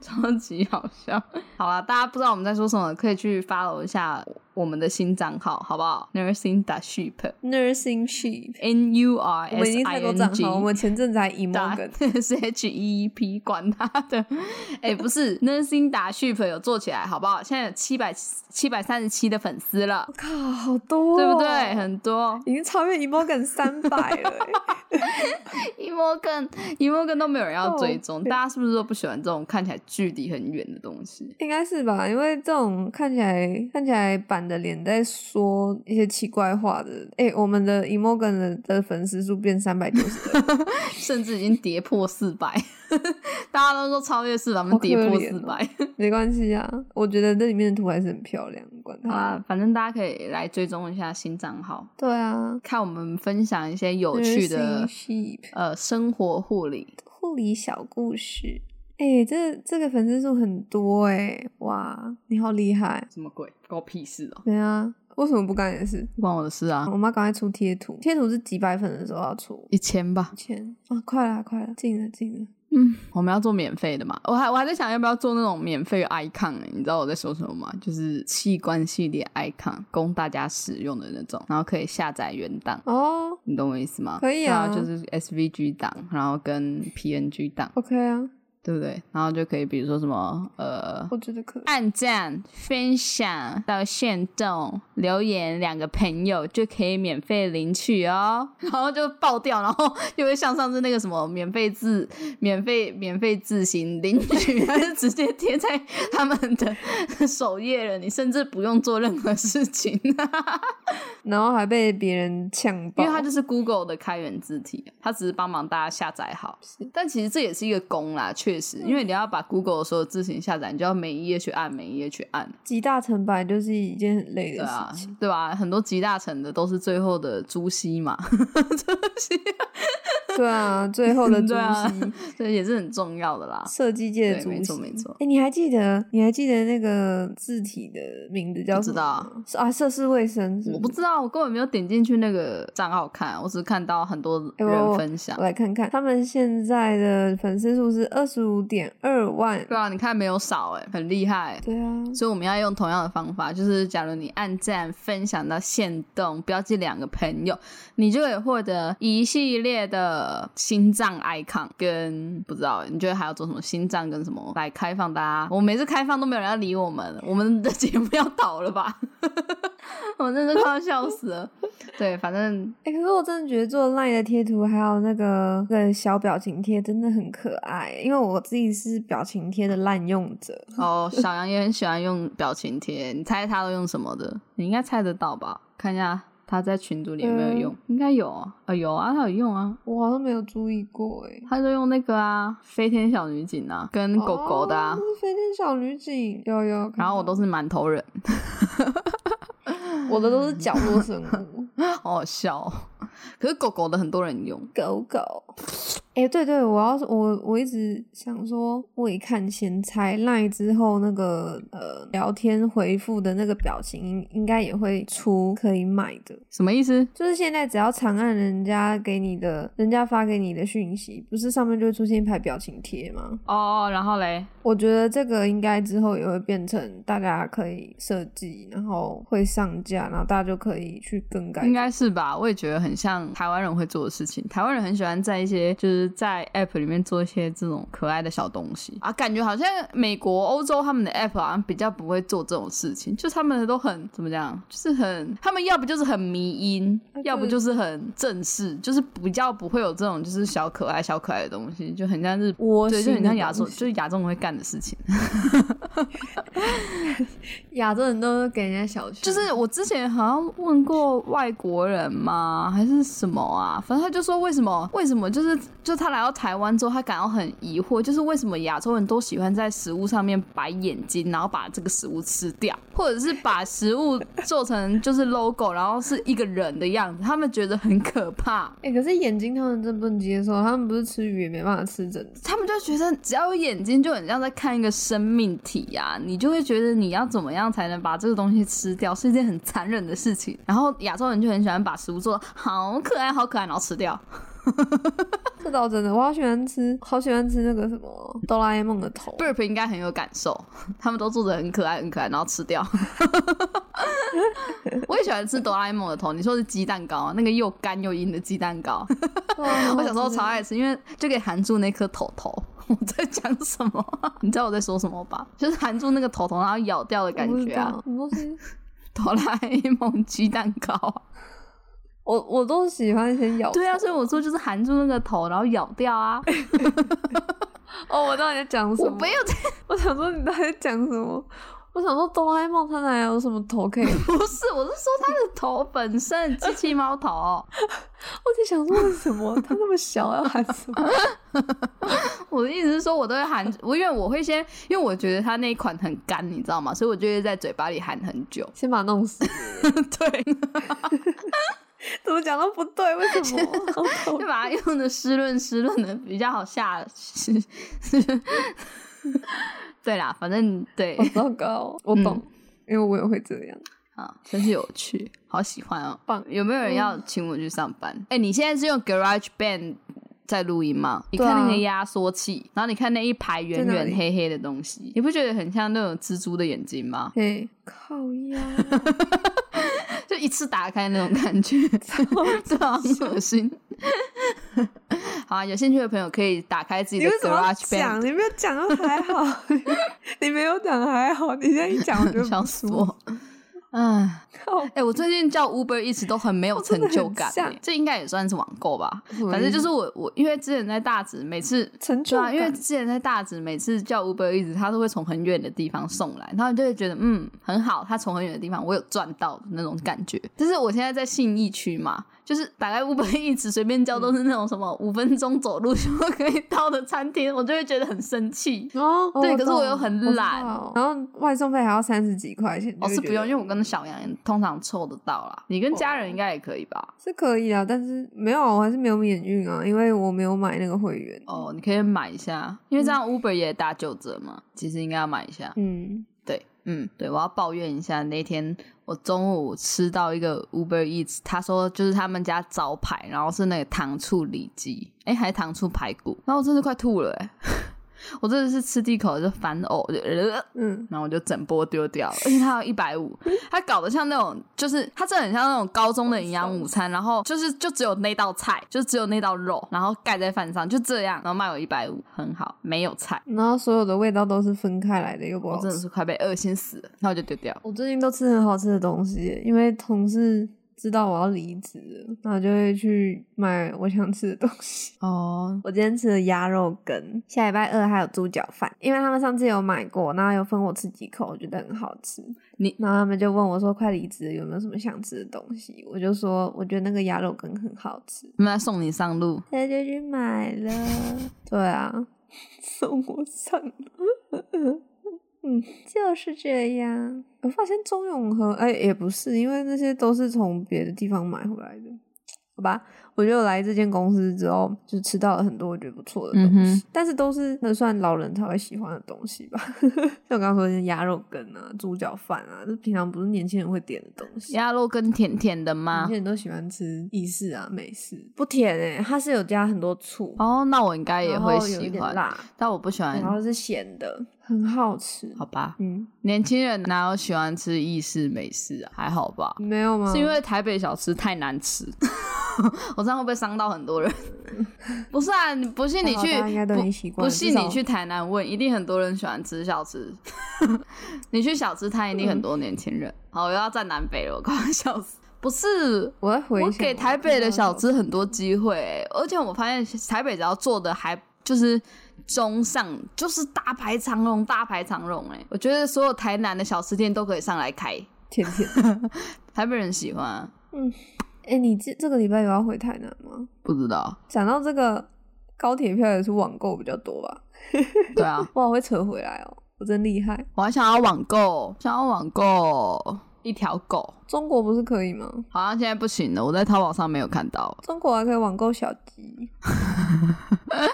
[SPEAKER 2] 超级好笑。好啦，大家不知道我们在说什么，可以去 follow 一下我们的新账号，好不好？Nursing the Sheep。
[SPEAKER 1] Nursing sheep，
[SPEAKER 2] N U R
[SPEAKER 1] 我们已
[SPEAKER 2] S
[SPEAKER 1] 经
[SPEAKER 2] I
[SPEAKER 1] 太多
[SPEAKER 2] N
[SPEAKER 1] 账
[SPEAKER 2] G，
[SPEAKER 1] 号，我们前阵子还 emo
[SPEAKER 2] 打
[SPEAKER 1] 梗，
[SPEAKER 2] S 啊 H E E P，管他 的。哎、不是，Nursing 打 Sheep 有做起来，好不好？现在有七百七百三十七的粉丝了
[SPEAKER 1] 我，靠，好多、哦，
[SPEAKER 2] 对不对？很多
[SPEAKER 1] 已经超越 emo 梗三百了、 欸。
[SPEAKER 2] emo 跟 emo E 跟都没有人要追踪，
[SPEAKER 1] E 哦
[SPEAKER 2] 大家是不是都不喜欢这种看起来距离很远的东西？
[SPEAKER 1] 应该是吧，因为这种看起来看起来板的脸在说一些奇怪话的，哎、我们的 emogen 的的粉丝数变三百九十，
[SPEAKER 2] 甚至已经跌破四百， 大家都说超越四百，我们跌破四
[SPEAKER 1] 好哦
[SPEAKER 2] 百。
[SPEAKER 1] 没关系啊，我觉得这里面的图还是很漂亮，管 它。
[SPEAKER 2] 好啦，反正大家可以来追踪一下新账号，
[SPEAKER 1] 对啊，
[SPEAKER 2] 看我们分享一些有趣的
[SPEAKER 1] Nursing sheep
[SPEAKER 2] 呃生活护理。
[SPEAKER 1] 护理小故事，哎、这这个粉丝数很多哎、哇，你好厉害！
[SPEAKER 2] 什么鬼？关我屁事哦、
[SPEAKER 1] 对啊，为什么不干也是？
[SPEAKER 2] 不关我的事啊！
[SPEAKER 1] 我妈赶快出贴图，贴图是几百粉的时候要出，
[SPEAKER 2] 一千吧。
[SPEAKER 1] 钱啊，快啦快啦，进了进了。
[SPEAKER 2] 嗯，我们要做免费的嘛？我还我还在想要不要做那种免费的 icon，、欸、你知道我在说什么吗？就是器官系列 icon，供大家使用的那种，然后可以下载原档，
[SPEAKER 1] 哦
[SPEAKER 2] 你懂我意思吗？
[SPEAKER 1] 可以啊
[SPEAKER 2] 对就是 SVG 档，然后跟 PNG 档，
[SPEAKER 1] ，OK 啊，
[SPEAKER 2] 对不对？然后就可以比如说什么呃。
[SPEAKER 1] 我觉得可以。
[SPEAKER 2] 按赞、分享到限动、留言两个朋友就可以免费领取哦， 然后就爆掉，然后就会像上次那个什么免费自免费免费自行领取， 它就直接贴在他们的首页了，你甚至不用做任何事情，
[SPEAKER 1] 然后还被别人呛爆，
[SPEAKER 2] 因为它就是 Google 的开源字体，它只是帮忙大家下载好
[SPEAKER 1] 是。
[SPEAKER 2] 但其实这也是一个功啦，确实，因为你要把 Google 的所有字型下载，你就要每一页去按，每一页去按。
[SPEAKER 1] 集大成败就是一件很累
[SPEAKER 2] 对
[SPEAKER 1] 的
[SPEAKER 2] 啊
[SPEAKER 1] 事情。，
[SPEAKER 2] 对吧？很多集大成的都是最后的朱熹嘛，
[SPEAKER 1] 对啊，最后的主
[SPEAKER 2] 对啊
[SPEAKER 1] 席，
[SPEAKER 2] 这也是很重要的啦。
[SPEAKER 1] 设计界的
[SPEAKER 2] 对
[SPEAKER 1] 主席，
[SPEAKER 2] 没错没错
[SPEAKER 1] 哎，你还记得你还记得那个字体的名字叫
[SPEAKER 2] 不
[SPEAKER 1] 什
[SPEAKER 2] 知
[SPEAKER 1] 么
[SPEAKER 2] 道
[SPEAKER 1] 吗？是啊，涉世未深，是
[SPEAKER 2] 我不
[SPEAKER 1] 是
[SPEAKER 2] 知道，我根本没有点进去那个账号看，我只是看到很多
[SPEAKER 1] 哎我
[SPEAKER 2] 人分享
[SPEAKER 1] 我。来看看，他们现在的粉丝数是二十五点二万。
[SPEAKER 2] 对啊，你看没有少哎、很厉害、
[SPEAKER 1] 对啊，
[SPEAKER 2] 所以我们要用同样的方法，就是假如你按赞、分享到限动，标记两个朋友，你就会获得一系列的心脏 icon 跟不知道，欸你觉得还要做什么心脏跟什么来开放大家？我每次开放都没有人要理我们，我们的节目要倒了吧？ 我真的快要笑死了。对，反正
[SPEAKER 1] 哎、可是我真的觉得做 LINE 的贴图还有那个那个小表情贴真的很可爱，因为我自己是表情贴的滥用者。
[SPEAKER 2] 哦，小杨也很喜欢用表情贴，你猜他都用什么的？你应该猜得到吧？看一下他在群组里有没有用，应该有啊、啊有啊，他有用啊，
[SPEAKER 1] 我好像没有注意过哎。
[SPEAKER 2] 他就用那个啊，飞天小女警啊，跟狗狗的啊
[SPEAKER 1] 哦，那是飞天小女警，有有。看
[SPEAKER 2] 然后我
[SPEAKER 1] 到
[SPEAKER 2] 都是馒头人，
[SPEAKER 1] 我的都是角落生 物，
[SPEAKER 2] 好好笑、哦。可是狗狗的很多人用，
[SPEAKER 1] 狗狗。哎、对对，我要是我我一直想说，未看先猜，赖之后那个呃聊天回复的那个表情应应该也会出可以买的，
[SPEAKER 2] 什么意思？
[SPEAKER 1] 就是现在只要长按人家给你的，人家发给你的讯息，不是上面就会出现一排表情贴吗？
[SPEAKER 2] 哦，然后嘞，
[SPEAKER 1] 我觉得这个应该之后也会变成大家可以设计，然后会上架，然后大家就可以去更改。
[SPEAKER 2] 应该是吧？我也觉得很像台湾人会做的事情。台湾人很喜欢在一些就是在 App 里面做一些这种可爱的小东西啊，感觉好像美国、欧洲他们的 App 好像比较不会做这种事情，就他们都很怎么讲，就是很他们要不就是很迷音
[SPEAKER 1] 啊，
[SPEAKER 2] 要不就是很正式，就是比较不会有这种就是小可爱、小可爱的东西，就很像是
[SPEAKER 1] 窝
[SPEAKER 2] 对，就
[SPEAKER 1] 心的
[SPEAKER 2] 很像亚洲，
[SPEAKER 1] 东西
[SPEAKER 2] 就是亚洲人会干的事情。
[SPEAKER 1] 亚洲人都给人家小觑，
[SPEAKER 2] 就是我之前好像问过外国人嘛，还是什么啊？反正他就说为什么为什么就是就他来到台湾之后，他感到很疑惑，就是为什么亚洲人都喜欢在食物上面摆眼睛，然后把这个食物吃掉，或者是把食物做成就是 logo，然后是一个人的样子，他们觉得很可怕。
[SPEAKER 1] 哎、可是眼睛他们真不能接受，他们不是吃鱼也没办法吃整只。
[SPEAKER 2] 他们就觉得只要有眼睛，就很像在看一个生命体呀、你就会觉得你要怎么样才能把这个东西吃掉，是一件很残忍的事情。然后亚洲人就很喜欢把食物做得好可爱、好可爱，然后吃 掉。
[SPEAKER 1] 这倒真的，我好喜欢吃，好喜欢吃那个什么哆啦 A 梦的头。
[SPEAKER 2] Burp 应该很有感受，他们都做的很可爱、很可爱，然后吃掉。我也喜欢吃哆啦 A 梦的头，你说是鸡蛋糕啊，那个又干又硬的鸡蛋糕，
[SPEAKER 1] 哇
[SPEAKER 2] 我小时候超爱吃，因为就可以含住那颗头 头。我在讲什么？你知道我在说什么吧？就是含住那个头头，然后咬掉的感觉啊。
[SPEAKER 1] 我不知道，我都是
[SPEAKER 2] 哆啦 A 梦鸡蛋糕啊。
[SPEAKER 1] 我我都喜欢先咬。
[SPEAKER 2] 对啊，所以我说就是含住那个头，然后咬掉啊。
[SPEAKER 1] 哦，我知道你在讲什
[SPEAKER 2] 我
[SPEAKER 1] 么。
[SPEAKER 2] 没有在，
[SPEAKER 1] 我想说你到底在讲什么？我想说哆啦 A 梦它哪有什么头 可以？我
[SPEAKER 2] 不是，我是说它的头本身， 机器猫头。
[SPEAKER 1] 在想说为什么它那么小要喊什么？。
[SPEAKER 2] 我的意思是说，我都会含，我因为我会先，因为我觉得它那一款很干，你知道吗？所以我就会在嘴巴里含很久
[SPEAKER 1] 先把它弄死，
[SPEAKER 2] 对，
[SPEAKER 1] 怎么讲都不对，为什么？ 好讨
[SPEAKER 2] 就
[SPEAKER 1] 厌
[SPEAKER 2] 把它用的湿润湿润的比较好下。 对啦，反正对
[SPEAKER 1] 好，糟糕，哦我懂，
[SPEAKER 2] 嗯
[SPEAKER 1] 因为我也会这样。
[SPEAKER 2] 啊，真是有趣，好喜欢哦！
[SPEAKER 1] 棒
[SPEAKER 2] 有没有人要请我去上班？哎、你现在是用 Garage Band 在录音吗？你
[SPEAKER 1] 对啊
[SPEAKER 2] 看那个压缩器，然后你看那一排圆
[SPEAKER 1] 在哪里
[SPEAKER 2] 圆黑黑的东西，你不觉得很像那种蜘蛛的眼睛 吗？
[SPEAKER 1] 嘿，靠呀！
[SPEAKER 2] 就一次打开那种感觉， 对啊，很恶心。 好啊，有兴趣的朋友可以打开自己
[SPEAKER 1] 你
[SPEAKER 2] 的
[SPEAKER 1] 为什么要
[SPEAKER 2] Garage
[SPEAKER 1] 讲？
[SPEAKER 2] Band。
[SPEAKER 1] 你没有讲就还好， 你没有讲还好，你现在一讲我就
[SPEAKER 2] 笑死我！唉，哎、我最近叫 Uber 一直都很没有成就感
[SPEAKER 1] 真的
[SPEAKER 2] 欸、
[SPEAKER 1] 很像
[SPEAKER 2] 这应该也算是网购吧
[SPEAKER 1] 什么意思。
[SPEAKER 2] 反正就是我我因为之前在大直，每次
[SPEAKER 1] 成就
[SPEAKER 2] 对啊，
[SPEAKER 1] 感
[SPEAKER 2] 因为之前在大直每次叫 Uber 一直他都会从很远的地方送来，然后你就会觉得嗯很好，他从很远的地方我有赚到的那种感觉。但是我现在在信义区嘛。就是打开 Uber 一直随便叫都是那种什么五分钟走路就可以到的餐厅，我就会觉得很生气。
[SPEAKER 1] 哦，
[SPEAKER 2] 对
[SPEAKER 1] 我
[SPEAKER 2] 可是我
[SPEAKER 1] 懂
[SPEAKER 2] 又很
[SPEAKER 1] 我知
[SPEAKER 2] 懒
[SPEAKER 1] 道然后外送费还要三十几块钱，
[SPEAKER 2] 哦，
[SPEAKER 1] 就是会
[SPEAKER 2] 不
[SPEAKER 1] 觉
[SPEAKER 2] 用，
[SPEAKER 1] 得哦
[SPEAKER 2] 因为我跟小杨通常凑得到啦。你跟家人应该也可以吧？
[SPEAKER 1] 是可以啊，但是没有，我还是没有免运啊，因为我没有买那个会员。
[SPEAKER 2] 哦，你可以买一下，因为这样 Uber 也打九折嘛。其实应该要买一下。
[SPEAKER 1] 嗯，
[SPEAKER 2] 对，嗯，对，我要抱怨一下，那天我中午吃到一个 Uber Eats，他说就是他们家招牌，然后是那个糖醋里脊，哎、还糖醋排骨，然后我真是快吐了、欸， 我真的是吃第一口就烦呕，就、呃
[SPEAKER 1] 嗯，
[SPEAKER 2] 然后我就整波丢掉了，而且它有一百五，它搞得像那种，就是它真的很像那种高中的营养午餐，然后就是就只有那道菜，就只有那道肉，然后盖在饭上，就这样，然后卖我一百五，很好，没有菜，
[SPEAKER 1] 然后所有的味道都是分开来的，又不
[SPEAKER 2] 我
[SPEAKER 1] 好
[SPEAKER 2] 真的
[SPEAKER 1] 吃。
[SPEAKER 2] 是快被恶心死了，那我就丢掉了。
[SPEAKER 1] 我最近都吃很好吃的东西，因为同事知道我要离职了，那我就会去买我想吃的东西。
[SPEAKER 2] 哦，
[SPEAKER 1] 我今天吃了鸭肉羹，下礼拜二还有猪脚饭，因为他们上次有买过，然后有分我吃几口，我觉得很好吃。
[SPEAKER 2] 你
[SPEAKER 1] 然后他们就问我说，快离职了有没有什么想吃的东西？我就说，我觉得那个鸭肉羹很好吃，
[SPEAKER 2] 我们来送你上路，
[SPEAKER 1] 他就去买 了。对啊，送我上了。嗯，就是这样。我发现中永和，哎、也不是，因为那些都是从别的地方买回来的，好吧？我觉得我来这间公司之后，就吃到了很多我觉得不错的东西，
[SPEAKER 2] 嗯哼
[SPEAKER 1] 但是都是那算老人才会喜欢的东西吧。 像我刚刚说的鸭肉羹啊、猪脚饭啊，这平常不是年轻人会点的东西。
[SPEAKER 2] 鸭肉羹甜甜的
[SPEAKER 1] 有
[SPEAKER 2] 吗
[SPEAKER 1] 些？人都喜欢吃意式啊、美式，不甜诶、它是有加很多醋，
[SPEAKER 2] 哦，那我应该也
[SPEAKER 1] 然
[SPEAKER 2] 会
[SPEAKER 1] 后有一
[SPEAKER 2] 喜
[SPEAKER 1] 点
[SPEAKER 2] 欢，
[SPEAKER 1] 辣，嗯
[SPEAKER 2] 但我不喜欢
[SPEAKER 1] 然。后是咸的，很好吃。
[SPEAKER 2] 好吧，
[SPEAKER 1] 嗯，
[SPEAKER 2] 年轻人哪有喜欢吃意式美式啊？还好吧，
[SPEAKER 1] 没有吗？
[SPEAKER 2] 是因为台北小吃太难吃。 我这样会不会伤到很多人？ 不是啊，你不信你
[SPEAKER 1] 还好
[SPEAKER 2] 去
[SPEAKER 1] 大家应该都已经习
[SPEAKER 2] 不，
[SPEAKER 1] 惯了
[SPEAKER 2] 不信
[SPEAKER 1] 至少
[SPEAKER 2] 你去台南问，一定很多人喜欢吃小吃。 你去小吃摊，一定很多年轻人。好，我又要站南北了，我快要笑死。不是，
[SPEAKER 1] 我在回
[SPEAKER 2] 我
[SPEAKER 1] 想
[SPEAKER 2] 给
[SPEAKER 1] 啊
[SPEAKER 2] 台北的小，
[SPEAKER 1] 看到
[SPEAKER 2] 吃很多机会欸、而且我发现台北只要做的还就是中上，就是大排长龙，大排长龙哎、我觉得所有台南的小吃店都可以上来开，
[SPEAKER 1] 甜甜。
[SPEAKER 2] 台北人喜欢啊、
[SPEAKER 1] 哎、你这这个礼拜有要回台南吗？
[SPEAKER 2] 不知道，
[SPEAKER 1] 讲到这个，高铁票也是网购比较多吧？
[SPEAKER 2] 对啊，
[SPEAKER 1] 哇，我会扯回来哦，我真厉害。
[SPEAKER 2] 我还想要网购，想要网购一条狗，
[SPEAKER 1] 中国不是可以吗？
[SPEAKER 2] 好像现在不行了，我在淘宝上没有看到。
[SPEAKER 1] 中国还可以网购小 鸡，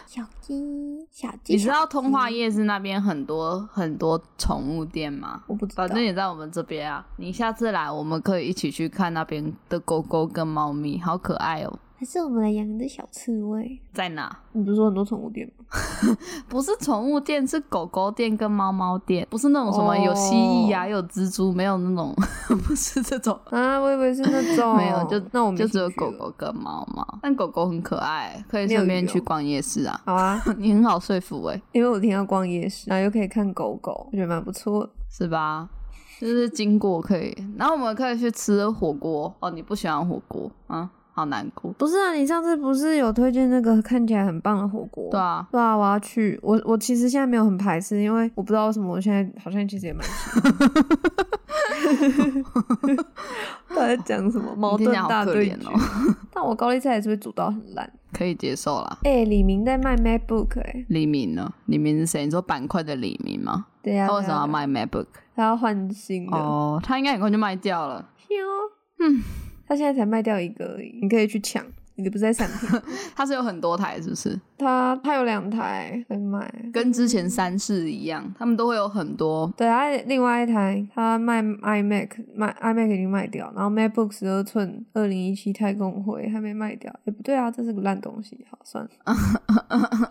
[SPEAKER 1] 小鸡，小鸡，
[SPEAKER 2] 你知道
[SPEAKER 1] 小鸡
[SPEAKER 2] 通化？夜市那边很多很多宠物店吗？
[SPEAKER 1] 我不知道
[SPEAKER 2] 反，正也在我们这边啊，你下次来我们可以一起去看那边的狗狗跟猫咪，好可爱哦、
[SPEAKER 1] 还是我们来养一只小刺猬。
[SPEAKER 2] 在哪？
[SPEAKER 1] 你不是说很多宠物店吗？
[SPEAKER 2] 不是宠物店，是狗狗店跟猫猫店，不是那种什么
[SPEAKER 1] 哦
[SPEAKER 2] 有蜥蜴啊，有蜘蛛，没有那种， 不是这种，
[SPEAKER 1] 啊，我以为是那种，
[SPEAKER 2] 没有，就
[SPEAKER 1] 那我没
[SPEAKER 2] 哦就只有
[SPEAKER 1] 兴趣
[SPEAKER 2] 狗
[SPEAKER 1] 了。
[SPEAKER 2] 狗跟猫猫，但狗狗很可爱，可以
[SPEAKER 1] 没有
[SPEAKER 2] 顺便
[SPEAKER 1] 鱼哦
[SPEAKER 2] 去逛夜市啊。
[SPEAKER 1] 好啊，
[SPEAKER 2] 你很好说服哎、
[SPEAKER 1] 因为我听到逛夜市，然后又可以看狗狗，我觉得蛮不错的。
[SPEAKER 2] 是吧？就是经过可以，然后我们可以去吃火锅哦。你不喜欢火锅，嗯，好难过。
[SPEAKER 1] 不是啊，你上次不是有推荐那个看起来很棒的火锅？
[SPEAKER 2] 对啊，
[SPEAKER 1] 对啊，我要去。我我其实现在没有很排斥，因为我不知道为什么我现在好像其实也蛮 喜欢。到底在讲什么矛
[SPEAKER 2] 你
[SPEAKER 1] 盾
[SPEAKER 2] 听起来好
[SPEAKER 1] 大
[SPEAKER 2] 可
[SPEAKER 1] 对
[SPEAKER 2] 怜
[SPEAKER 1] 决？
[SPEAKER 2] 哦
[SPEAKER 1] 但我高丽菜也是会煮到很烂。
[SPEAKER 2] 可以接受啦。
[SPEAKER 1] 哎、李明在卖 MacBook 哎、
[SPEAKER 2] 李明呢？李明是谁？你说板块的李明吗？
[SPEAKER 1] 对呀、
[SPEAKER 2] 他
[SPEAKER 1] 啊，
[SPEAKER 2] 哦为什么要卖 MacBook？
[SPEAKER 1] 他要换新的。
[SPEAKER 2] 哦，他应该很快就卖掉了。
[SPEAKER 1] 哟，嗯，他现在才卖掉一个而已，你可以去抢。你不是在闪屏？
[SPEAKER 2] 他是有很多台，是不是？
[SPEAKER 1] 他他有两台在卖，
[SPEAKER 2] 跟之前三世一样，他们都会有很多。
[SPEAKER 1] 对，他另外一台他卖 iMac，卖 iMac 已经卖掉，然后 MacBook 十二寸二零一七太空灰还没卖掉，哎、不对啊，这是个烂东西，好算了，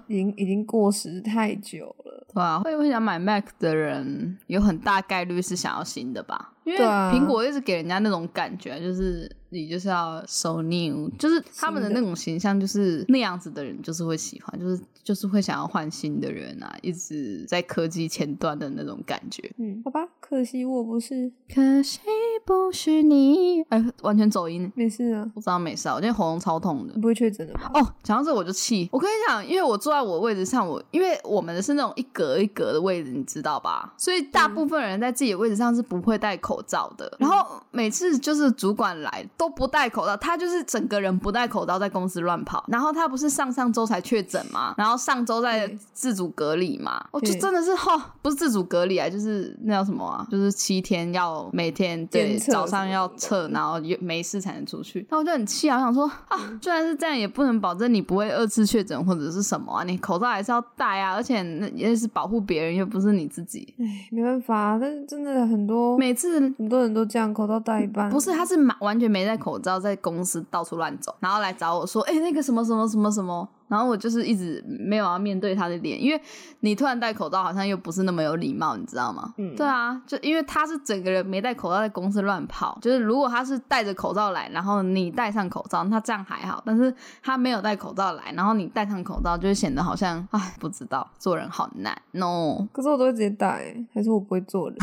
[SPEAKER 1] 已经已经过时太久了。
[SPEAKER 2] 对啊，会会想买 Mac 的人，有很大概率是想要新的吧？因为
[SPEAKER 1] 对啊
[SPEAKER 2] 苹果一直给人家那种感觉，就是你就是要 so new，就是他们的
[SPEAKER 1] 新
[SPEAKER 2] 那
[SPEAKER 1] 的
[SPEAKER 2] 种形象，就是那样子的人，就是会喜欢，就是就是会想要换新的人啊，一直在科技前端的那种感觉。
[SPEAKER 1] 嗯，好吧，可惜我不是，
[SPEAKER 2] 可惜不是你，哎，完全走音，
[SPEAKER 1] 没事啊，
[SPEAKER 2] 我知道没事啊，我今天喉咙超痛的
[SPEAKER 1] 你。不会确诊的吧？
[SPEAKER 2] 哦，讲到这我就气。我跟你讲，因为我坐在我位置上，我因为我们的是那种一格一格的位置，你知道吧？所以大
[SPEAKER 1] 嗯
[SPEAKER 2] 部分人在自己的位置上是不会戴口罩的。然后每次就是主管来都不戴口罩，他就是整个人不戴口罩在公司乱跑。然后他不是上上周才确诊嘛，然后上周在
[SPEAKER 1] 对
[SPEAKER 2] 自主隔离嘛，我就
[SPEAKER 1] 对
[SPEAKER 2] 真的是哈、不是自主隔离啊，就是那叫什么啊，就是七天要每天对
[SPEAKER 1] 监测
[SPEAKER 2] 早上
[SPEAKER 1] 什么
[SPEAKER 2] 要
[SPEAKER 1] 的
[SPEAKER 2] 测，然后也没事才能出去。那我就很气啊，我想说
[SPEAKER 1] 嗯
[SPEAKER 2] 啊，虽然是这样，也不能保证你不会二次确诊或者是什么啊，你口罩还是要戴啊，而且那也是保护别人，又不是你自己。
[SPEAKER 1] 哎，没办法，但是真的很多
[SPEAKER 2] 每次
[SPEAKER 1] 很多人都这样，口罩戴一半，
[SPEAKER 2] 不是，他是满完全没戴口罩，在公司到处乱走，然后来找我说，哎、那个什么什么什么什么。然后我就是一直没有要面对他的脸，因为你突然戴口罩，好像又不是那么有礼貌，你知道吗？
[SPEAKER 1] 嗯
[SPEAKER 2] 对啊，就因为他是整个人没戴口罩在公司乱跑，就是如果他是戴着口罩来，然后你戴上口罩，那这样还好；但是他没有戴口罩来，然后你戴上口罩，就会显得好像哎，不知道做人好难。No，哦
[SPEAKER 1] 可是我都会直接戴、欸还是我不会做人，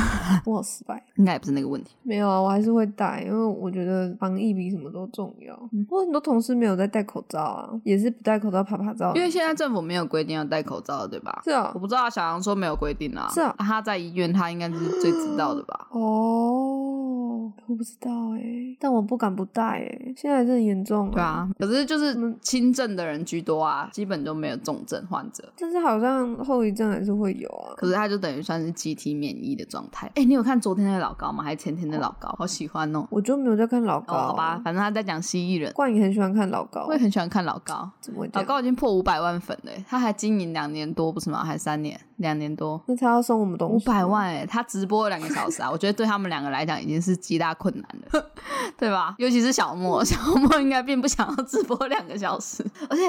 [SPEAKER 1] 我好失败。
[SPEAKER 2] 应该也不是那个问题。
[SPEAKER 1] 没有啊，我还是会戴，因为我觉得防疫比什么都重要。
[SPEAKER 2] 嗯
[SPEAKER 1] 我很多同事没有在戴口罩啊，也是不戴口罩拍拍照。
[SPEAKER 2] 因为现在政府没有规定要戴口罩，对吧？
[SPEAKER 1] 是啊
[SPEAKER 2] 我不知道小杨说没有规定啊。
[SPEAKER 1] 是啊？
[SPEAKER 2] 他在医院，他应该是最知道的吧
[SPEAKER 1] 哦，我不知道哎、但我不敢不戴哎、现在真的严重、
[SPEAKER 2] 对，啊，可是就是
[SPEAKER 1] 嗯
[SPEAKER 2] 轻症的人居多啊，基本都没有重症患者。
[SPEAKER 1] 但是好像后遗症还是会有啊。
[SPEAKER 2] 可是他就等于算是集体免疫的状态。哎、你有看昨天的老高吗？还是前天的老高？好喜欢哦。
[SPEAKER 1] 我就没有在看老高、啊
[SPEAKER 2] 哦，好吧，，反正他在讲蜥蜴人，
[SPEAKER 1] 冠也很喜欢看老高
[SPEAKER 2] 我也，很喜欢看老高。
[SPEAKER 1] 怎么会这
[SPEAKER 2] 老
[SPEAKER 1] 样？
[SPEAKER 2] 高已经破五百万粉了欸，他还经营两年多，不是吗？还是三年，两年多。
[SPEAKER 1] 那他要送我们东
[SPEAKER 2] 五
[SPEAKER 1] 西，
[SPEAKER 2] 百万哎、他直播了两个小时啊，我觉得对他们两个来讲已经是极大困难 了，对吧？尤其是小莫， 小莫应该并不想要直播两个小时，而且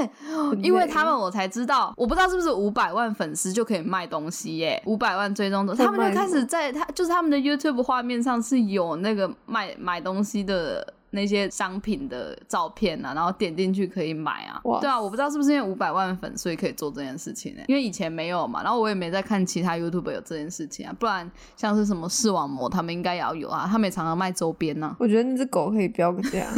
[SPEAKER 1] 很
[SPEAKER 2] 因为
[SPEAKER 1] 累
[SPEAKER 2] 他们我才知道，我不知道是不是五百万粉丝就可以卖东西耶、5五百万追踪者，
[SPEAKER 1] 在
[SPEAKER 2] 他们
[SPEAKER 1] 卖
[SPEAKER 2] 就开
[SPEAKER 1] 什么
[SPEAKER 2] 始在他就是他们的 YouTube 画面上是有那个卖买东西的。那些商品的照片啊，然后点进去可以买啊
[SPEAKER 1] 哇，
[SPEAKER 2] 对啊，我不知道是不是因为五百万粉，所以可以做这件事情呢、因为以前没有嘛，然后我也没在看其他 YouTube 有这件事情啊，不然像是什么视网膜，他们应该也要有啊，他们也常常卖周边呢、
[SPEAKER 1] 我觉得那只狗可以标个价，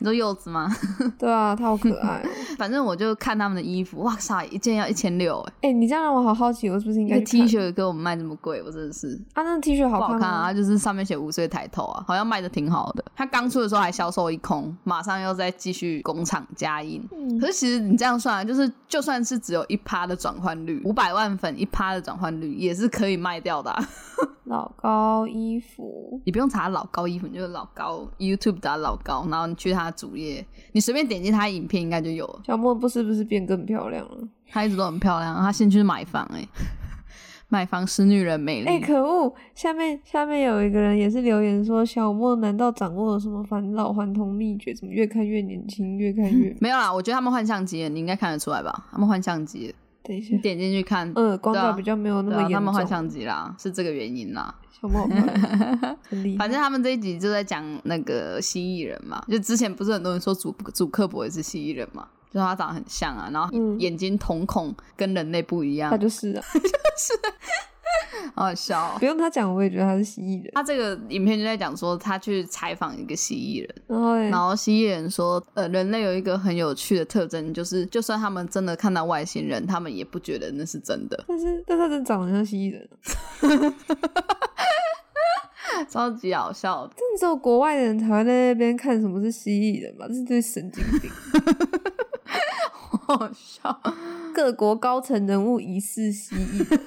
[SPEAKER 2] 你说柚子吗？
[SPEAKER 1] 对啊，它好可爱哦。
[SPEAKER 2] 反正我就看他们的衣服，哇塞，一件要一千六哎，
[SPEAKER 1] 哎、你这样让我好好奇，我是不是应
[SPEAKER 2] 一
[SPEAKER 1] 该
[SPEAKER 2] 个
[SPEAKER 1] 去
[SPEAKER 2] T
[SPEAKER 1] 看
[SPEAKER 2] 恤给我们卖这么贵，我真的是
[SPEAKER 1] 啊？那 T 恤好
[SPEAKER 2] 不好
[SPEAKER 1] 看
[SPEAKER 2] 看啊！
[SPEAKER 1] 吗？
[SPEAKER 2] 它就是上面写五岁抬头啊，好像卖的挺好的。它刚出的时候还销售一空，马上又再继续工厂加印。
[SPEAKER 1] 嗯
[SPEAKER 2] 可是其实你这样算、啊，就是就算是只有一趴的转换率，五百万粉一趴的转换率也是可以卖掉的啊、
[SPEAKER 1] 老高衣服，
[SPEAKER 2] 你不用查老高衣服，你就是老高 YouTube 打老高，然后你去他的主页，你随便点进他的影片应该就有了。
[SPEAKER 1] 小莫不是不是变更漂亮了？
[SPEAKER 2] 她一直都很漂亮，她先去买房哎、 买房使女人魅力。
[SPEAKER 1] 哎、可恶！下面下面有一个人也是留言说，小莫难道掌握了什么返老还童秘诀？怎么越看越年轻，越看 越……
[SPEAKER 2] 没有啦，我觉得他们换相机了，你应该看得出来吧？他们换相机了，
[SPEAKER 1] 等一下
[SPEAKER 2] 你，点进去看，
[SPEAKER 1] 呃，光
[SPEAKER 2] 对
[SPEAKER 1] 照
[SPEAKER 2] 啊
[SPEAKER 1] 比较没有那
[SPEAKER 2] 对
[SPEAKER 1] 么
[SPEAKER 2] 啊，
[SPEAKER 1] 严重。
[SPEAKER 2] 他们换相机啦，是这个原因啦。
[SPEAKER 1] 小莫好可 爱，很厉害。
[SPEAKER 2] 反正他们这一集就在讲那个蜥蜴人嘛，就之前不是很多人说主主克伯也是蜥蜴人嘛，就他长得很像啊，然后
[SPEAKER 1] 嗯
[SPEAKER 2] 眼睛瞳孔跟人类不一样
[SPEAKER 1] 他，就是啊，
[SPEAKER 2] 好好笑哦、
[SPEAKER 1] 不用他讲，我也觉得他是蜥蜴人。
[SPEAKER 2] 他这个影片就在讲说，他去采访一个蜥蜴人，
[SPEAKER 1] 然后嘞，
[SPEAKER 2] 然后蜥蜴人说，呃，人类有一个很有趣的特征，就是就算他们真的看到外星人，他们也不觉得那是真的，
[SPEAKER 1] 但是但他真的长得像蜥蜴人啊，嗯
[SPEAKER 2] 超级好笑的。
[SPEAKER 1] 真的只有国外的人才会在那边看什么是蜥蜴人吧？这是对神经 病。
[SPEAKER 2] 好好笑，
[SPEAKER 1] 各国高层人物疑似蜥蜴 人，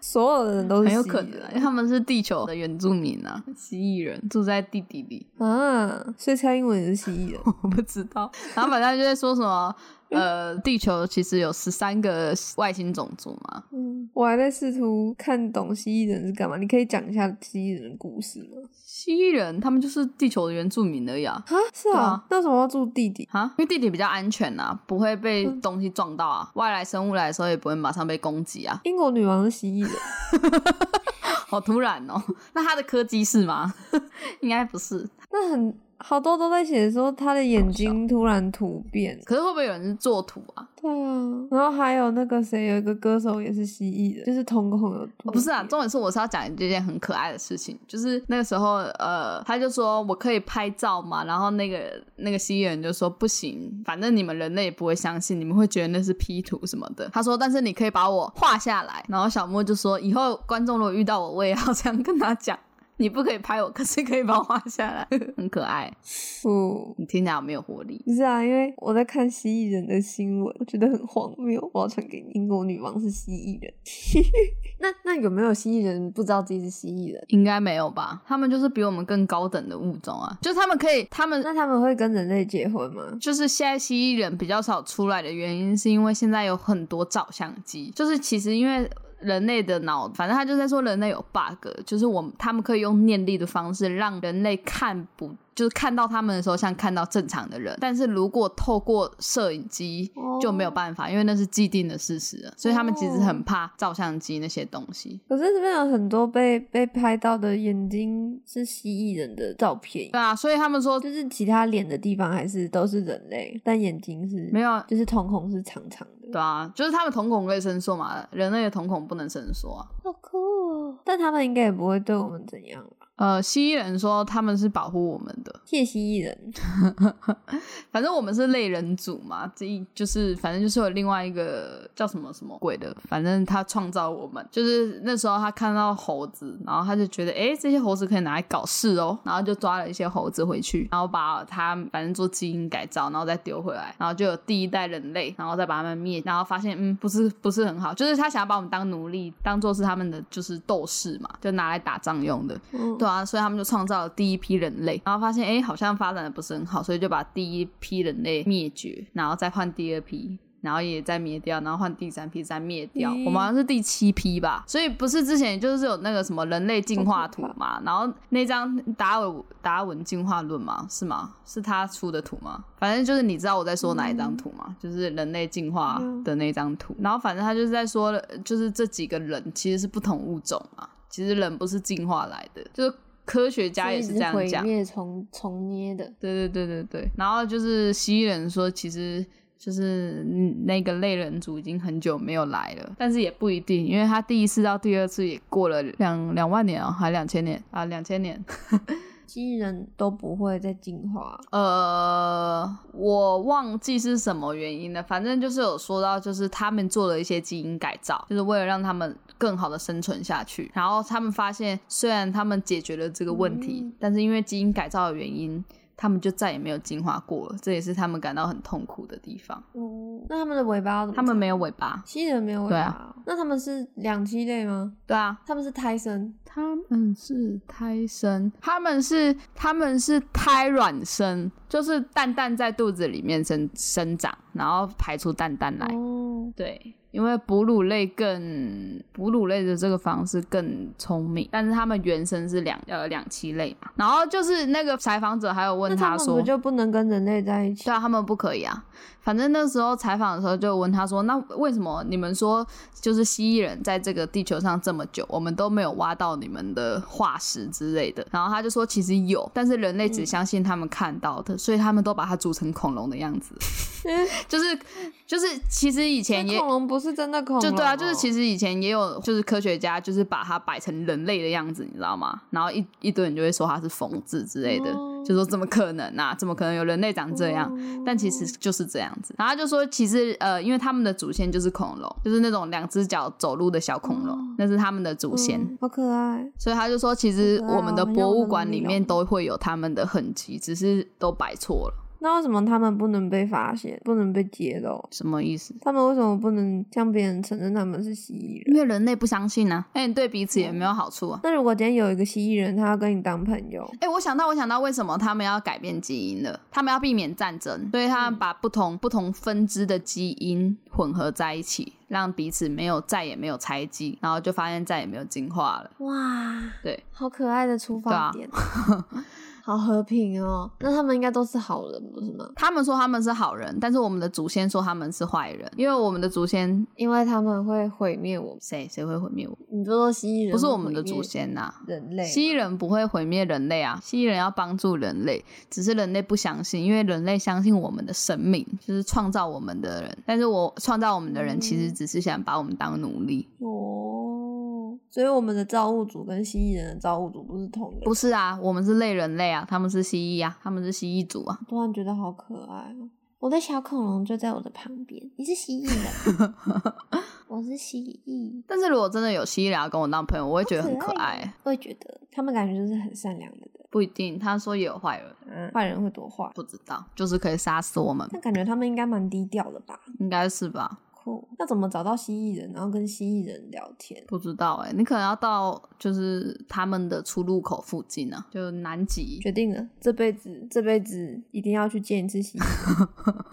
[SPEAKER 1] 所有的人都是
[SPEAKER 2] 很
[SPEAKER 1] 蜥
[SPEAKER 2] 有
[SPEAKER 1] 蜴
[SPEAKER 2] 可
[SPEAKER 1] 人
[SPEAKER 2] 能啊，因为他们是地球的原住民啊，蜥蜴人住在地底里，
[SPEAKER 1] 啊，所以蔡英文也是蜥蜴人。
[SPEAKER 2] 我不知道。然后反正他就在说什 么，呃，地球其实有十三个外星种族嘛，
[SPEAKER 1] 嗯，我还在试图看懂蜥蜴人是干嘛。你可以讲一下蜥蜴人的故事吗？
[SPEAKER 2] 蜥蜴人他们就是地球的原住民而已啊。
[SPEAKER 1] 啊，是
[SPEAKER 2] 对
[SPEAKER 1] 啊
[SPEAKER 2] 啊，
[SPEAKER 1] 那为什么要住地底？
[SPEAKER 2] 啊，因为地底比较安全啊，不会被东西撞到啊，外来生物来的时候也不会马上被攻击 啊。
[SPEAKER 1] 英国女王是蜥蜴人，
[SPEAKER 2] 好突然哦！那他的柯基是吗？ 应该不是。
[SPEAKER 1] 那很好多都在写说她的眼睛突然突变。
[SPEAKER 2] 可是会不会有人是做图啊？
[SPEAKER 1] 对啊，然后还有那个谁，有一个歌手也是蜥蜴人，就是瞳孔有、
[SPEAKER 2] 哦不是
[SPEAKER 1] 嗯
[SPEAKER 2] 啊，重点是我是要讲一件很可爱的事情，就是那个时候，呃，他就说我可以拍照嘛，然后那个那个蜥蜴人就说不行，反正你们人类也不会相信，你们会觉得那是 P 图什么的。他说，但是你可以把我画下来。然后小莫就说，以后观众如果遇到我，我也要这样跟他讲，你不可以拍我，可是可以把我画下来，很可爱。
[SPEAKER 1] 不
[SPEAKER 2] 你听起来有没有活力？
[SPEAKER 1] 不是啊，因为我在看蜥蜴人的新闻，我觉得很荒谬，我要传给你。英国女王是蜥蜴人， 那那有没有蜥蜴人不知道自己是蜥蜴人？
[SPEAKER 2] 应该没有吧？他们就是比我们更高等的物种啊，就是他们可以，他们
[SPEAKER 1] 那他们会跟人类结婚吗？
[SPEAKER 2] 就是现在蜥蜴人比较少出来的原因，是因为现在有很多照相机，就是其实因为。人类的脑，反正他就在说人类有 bug，就是我们他们可以用念力的方式让人类看不，就是看到他们的时候像看到正常的人，但是如果透过摄影机
[SPEAKER 1] 哦
[SPEAKER 2] 就没有办法，因为那是既定的事实了，所以他们其实很怕照相机那些东西。
[SPEAKER 1] 可是这边有很多被被拍到的眼睛是蜥蜴人的照片，
[SPEAKER 2] 对啊，所以他们说
[SPEAKER 1] 就是其他脸的地方还是都是人类，但眼睛是
[SPEAKER 2] 没有啊
[SPEAKER 1] 就是瞳孔是长长的，
[SPEAKER 2] 对啊，就是他们瞳孔可以伸缩嘛，人类的瞳孔不能伸缩啊。
[SPEAKER 1] 好酷哦！但他们应该也不会对我们怎样吧？
[SPEAKER 2] 呃，蜥蜴人说他们是保护我们的，
[SPEAKER 1] 谢蜥蜴 人，
[SPEAKER 2] 反正我们是类人族嘛，这一就是反正就是有另外一个叫什么什么鬼的，反正他创造我们，就是那时候他看到猴子，然后他就觉得诶，这些猴子可以拿来搞事哦，然后就抓了一些猴子回去，然后把它反正做基因改造，然后再丢回来，然后就有第一代人类，然后再把他们灭，然后发现嗯不是不是很好，就是他想要把我们当奴隶，当做是他们的就是斗士嘛，就拿来打仗用的，
[SPEAKER 1] 嗯，
[SPEAKER 2] 对啊，所以他们就创造了第一批人类，然后发现哎、诶好像发展的不是很好，所以就把第一批人类灭绝，然后再换第二批。然后也再灭掉，然后换第三批再灭掉，
[SPEAKER 1] 咦
[SPEAKER 2] 我们好像是第七批吧。所以不是之前就是有那个什么人类进化图
[SPEAKER 1] 好可
[SPEAKER 2] 嘛，然后那张达尔达尔文进化论嘛，是吗？是他出的图吗？反正就是你知道我在说哪一张图吗？就是人类进化
[SPEAKER 1] 嗯
[SPEAKER 2] 的那张图。然后反正他就是在说，就是这几个人其实是不同物种啊，其实人不是进化来的，就是科学家也是这样讲。
[SPEAKER 1] 灭重重捏的，
[SPEAKER 2] 对对对对对。然后就是蜥蜴人说，其实就是嗯那个类人族已经很久没有来了，但是也不一定，因为哦他第一次到第二次也过了两两万年啊、还两千年啊，两千年。
[SPEAKER 1] 机器人都不会再进化。
[SPEAKER 2] 呃，我忘记是什么原因了，反正就是有说到，就是他们做了一些基因改造，就是为了让他们更好的生存下去。然后他们发现，虽然他们解决了这个问题，
[SPEAKER 1] 嗯
[SPEAKER 2] 但是因为基因改造的原因，他们就再也没有进化过了。这也是他们感到很痛苦的地方。
[SPEAKER 1] 哦，那他们的尾巴要怎么
[SPEAKER 2] 他们没有尾巴，
[SPEAKER 1] 机器人没有尾
[SPEAKER 2] 对
[SPEAKER 1] 巴、哦
[SPEAKER 2] 啊
[SPEAKER 1] 那他们是两栖类吗？
[SPEAKER 2] 对啊，
[SPEAKER 1] 他们是胎生
[SPEAKER 2] 他们是胎生，他们是他们是胎卵生，就是蛋蛋在肚子里面生生长，然后排出蛋蛋来。
[SPEAKER 1] 哦，
[SPEAKER 2] 对，因为哺乳类更哺乳类的这个方式更聪明，但是他们原生是两呃两栖类嘛。然后就是那个采访者还有问
[SPEAKER 1] 那他们
[SPEAKER 2] 说
[SPEAKER 1] 不，就不能跟人类在一起
[SPEAKER 2] 对？啊，他们不可以啊。反正那时候采访的时候就问他说：“那为什么你们说就是蜥蜴人在这个地球上这么久，我们都没有挖到你们的化石之类的？”然后他就说：“其实有，但是人类只
[SPEAKER 1] 嗯
[SPEAKER 2] 相信他们看到的，所以他们都把它煮成恐龙的样子。 就是就是，其实以前
[SPEAKER 1] 那
[SPEAKER 2] 也
[SPEAKER 1] 恐龙不是真的恐龙哦、
[SPEAKER 2] 就对啊，就是其实以前也有，就是科学家就是把它摆成人类的样子，你知道吗？然后一一堆人就会说它是疯子之类的，
[SPEAKER 1] 哦
[SPEAKER 2] 就说怎么可能啊？怎么可能有人类长这样？
[SPEAKER 1] 哦
[SPEAKER 2] 但其实就是这样子。然后他就说，其实呃，因为他们的祖先就是恐龙，就是那种两只脚走路的小恐龙，
[SPEAKER 1] 哦
[SPEAKER 2] 那是他们的祖先。
[SPEAKER 1] 嗯好可爱。
[SPEAKER 2] 所以他就说，其实
[SPEAKER 1] 好可爱哦
[SPEAKER 2] 我们的
[SPEAKER 1] 很像
[SPEAKER 2] 博
[SPEAKER 1] 我
[SPEAKER 2] 物
[SPEAKER 1] 们的
[SPEAKER 2] 馆
[SPEAKER 1] 那
[SPEAKER 2] 里
[SPEAKER 1] 种
[SPEAKER 2] 面都会有他们的痕迹，只是都摆错了，
[SPEAKER 1] 那为什么他们不能被发现，不能被揭露？
[SPEAKER 2] 什么意思？
[SPEAKER 1] 他们为什么不能向别人承认他们是蜥蜴
[SPEAKER 2] 因
[SPEAKER 1] 人？
[SPEAKER 2] 为人类不相信啊，哎、你对彼此也没有
[SPEAKER 1] 嗯
[SPEAKER 2] 好处啊。
[SPEAKER 1] 那如果今天有一个蜥蜴人，他要跟你当朋友，
[SPEAKER 2] 哎、我想到，我想到，为什么他们要改变基因了？他们要避免战争，所以他
[SPEAKER 1] 嗯
[SPEAKER 2] 们把不同、不同分支的基因混合在一起，让彼此没有再也没有猜忌，然后就发现再也没有进化了。
[SPEAKER 1] 哇，
[SPEAKER 2] 对，
[SPEAKER 1] 好可爱的出发
[SPEAKER 2] 对啊
[SPEAKER 1] 点， 好和平哦。那他们应该都是好人，不是吗？
[SPEAKER 2] 他们说他们是好人，但是我们的祖先说他们是坏人，因为我们的祖先
[SPEAKER 1] 因为他们会毁灭我们。
[SPEAKER 2] 谁谁会毁灭我们？
[SPEAKER 1] 你就说蜥蜴人
[SPEAKER 2] 不是
[SPEAKER 1] 会
[SPEAKER 2] 我们的
[SPEAKER 1] 毁灭
[SPEAKER 2] 祖先呐、
[SPEAKER 1] 人类
[SPEAKER 2] 蜥蜴人不会毁灭人类啊，蜥蜴人要帮助人类，只是人类不相信，因为人类相信我们的生命，就是创造我们的人。但是我创造我们的人，
[SPEAKER 1] 嗯
[SPEAKER 2] 其实只是想把我们当奴隶。
[SPEAKER 1] 哦，所以我们的造物主跟蜥蜴人的造物主不是同一个
[SPEAKER 2] 不
[SPEAKER 1] 人。
[SPEAKER 2] 是啊，我们是类人类啊，他们是蜥蜴啊，他们是蜥蜴族啊。
[SPEAKER 1] 突然觉得好可爱哦，我的小恐龙就在我的旁边。你是蜥蜴人， 我是蜥蜴。
[SPEAKER 2] 但是如果真的有蜥蜴人要跟我当朋友，我会觉得很可
[SPEAKER 1] 好可
[SPEAKER 2] 爱。
[SPEAKER 1] 我也觉得他们感觉就是很善良的人，
[SPEAKER 2] 不一定，他说也有坏人，
[SPEAKER 1] 嗯，坏人会多坏，
[SPEAKER 2] 不知道，就是可以杀死 我们，
[SPEAKER 1] 但感觉他们应该蛮低调的吧？
[SPEAKER 2] 应该是吧？
[SPEAKER 1] 酷，那怎么找到蜥蜴人，然后跟蜥蜴人聊天？
[SPEAKER 2] 不知道哎、你可能要到就是他们的出入口附近啊，就南极。
[SPEAKER 1] 决定了，这辈子这辈子一定要去见一次蜥蜴人。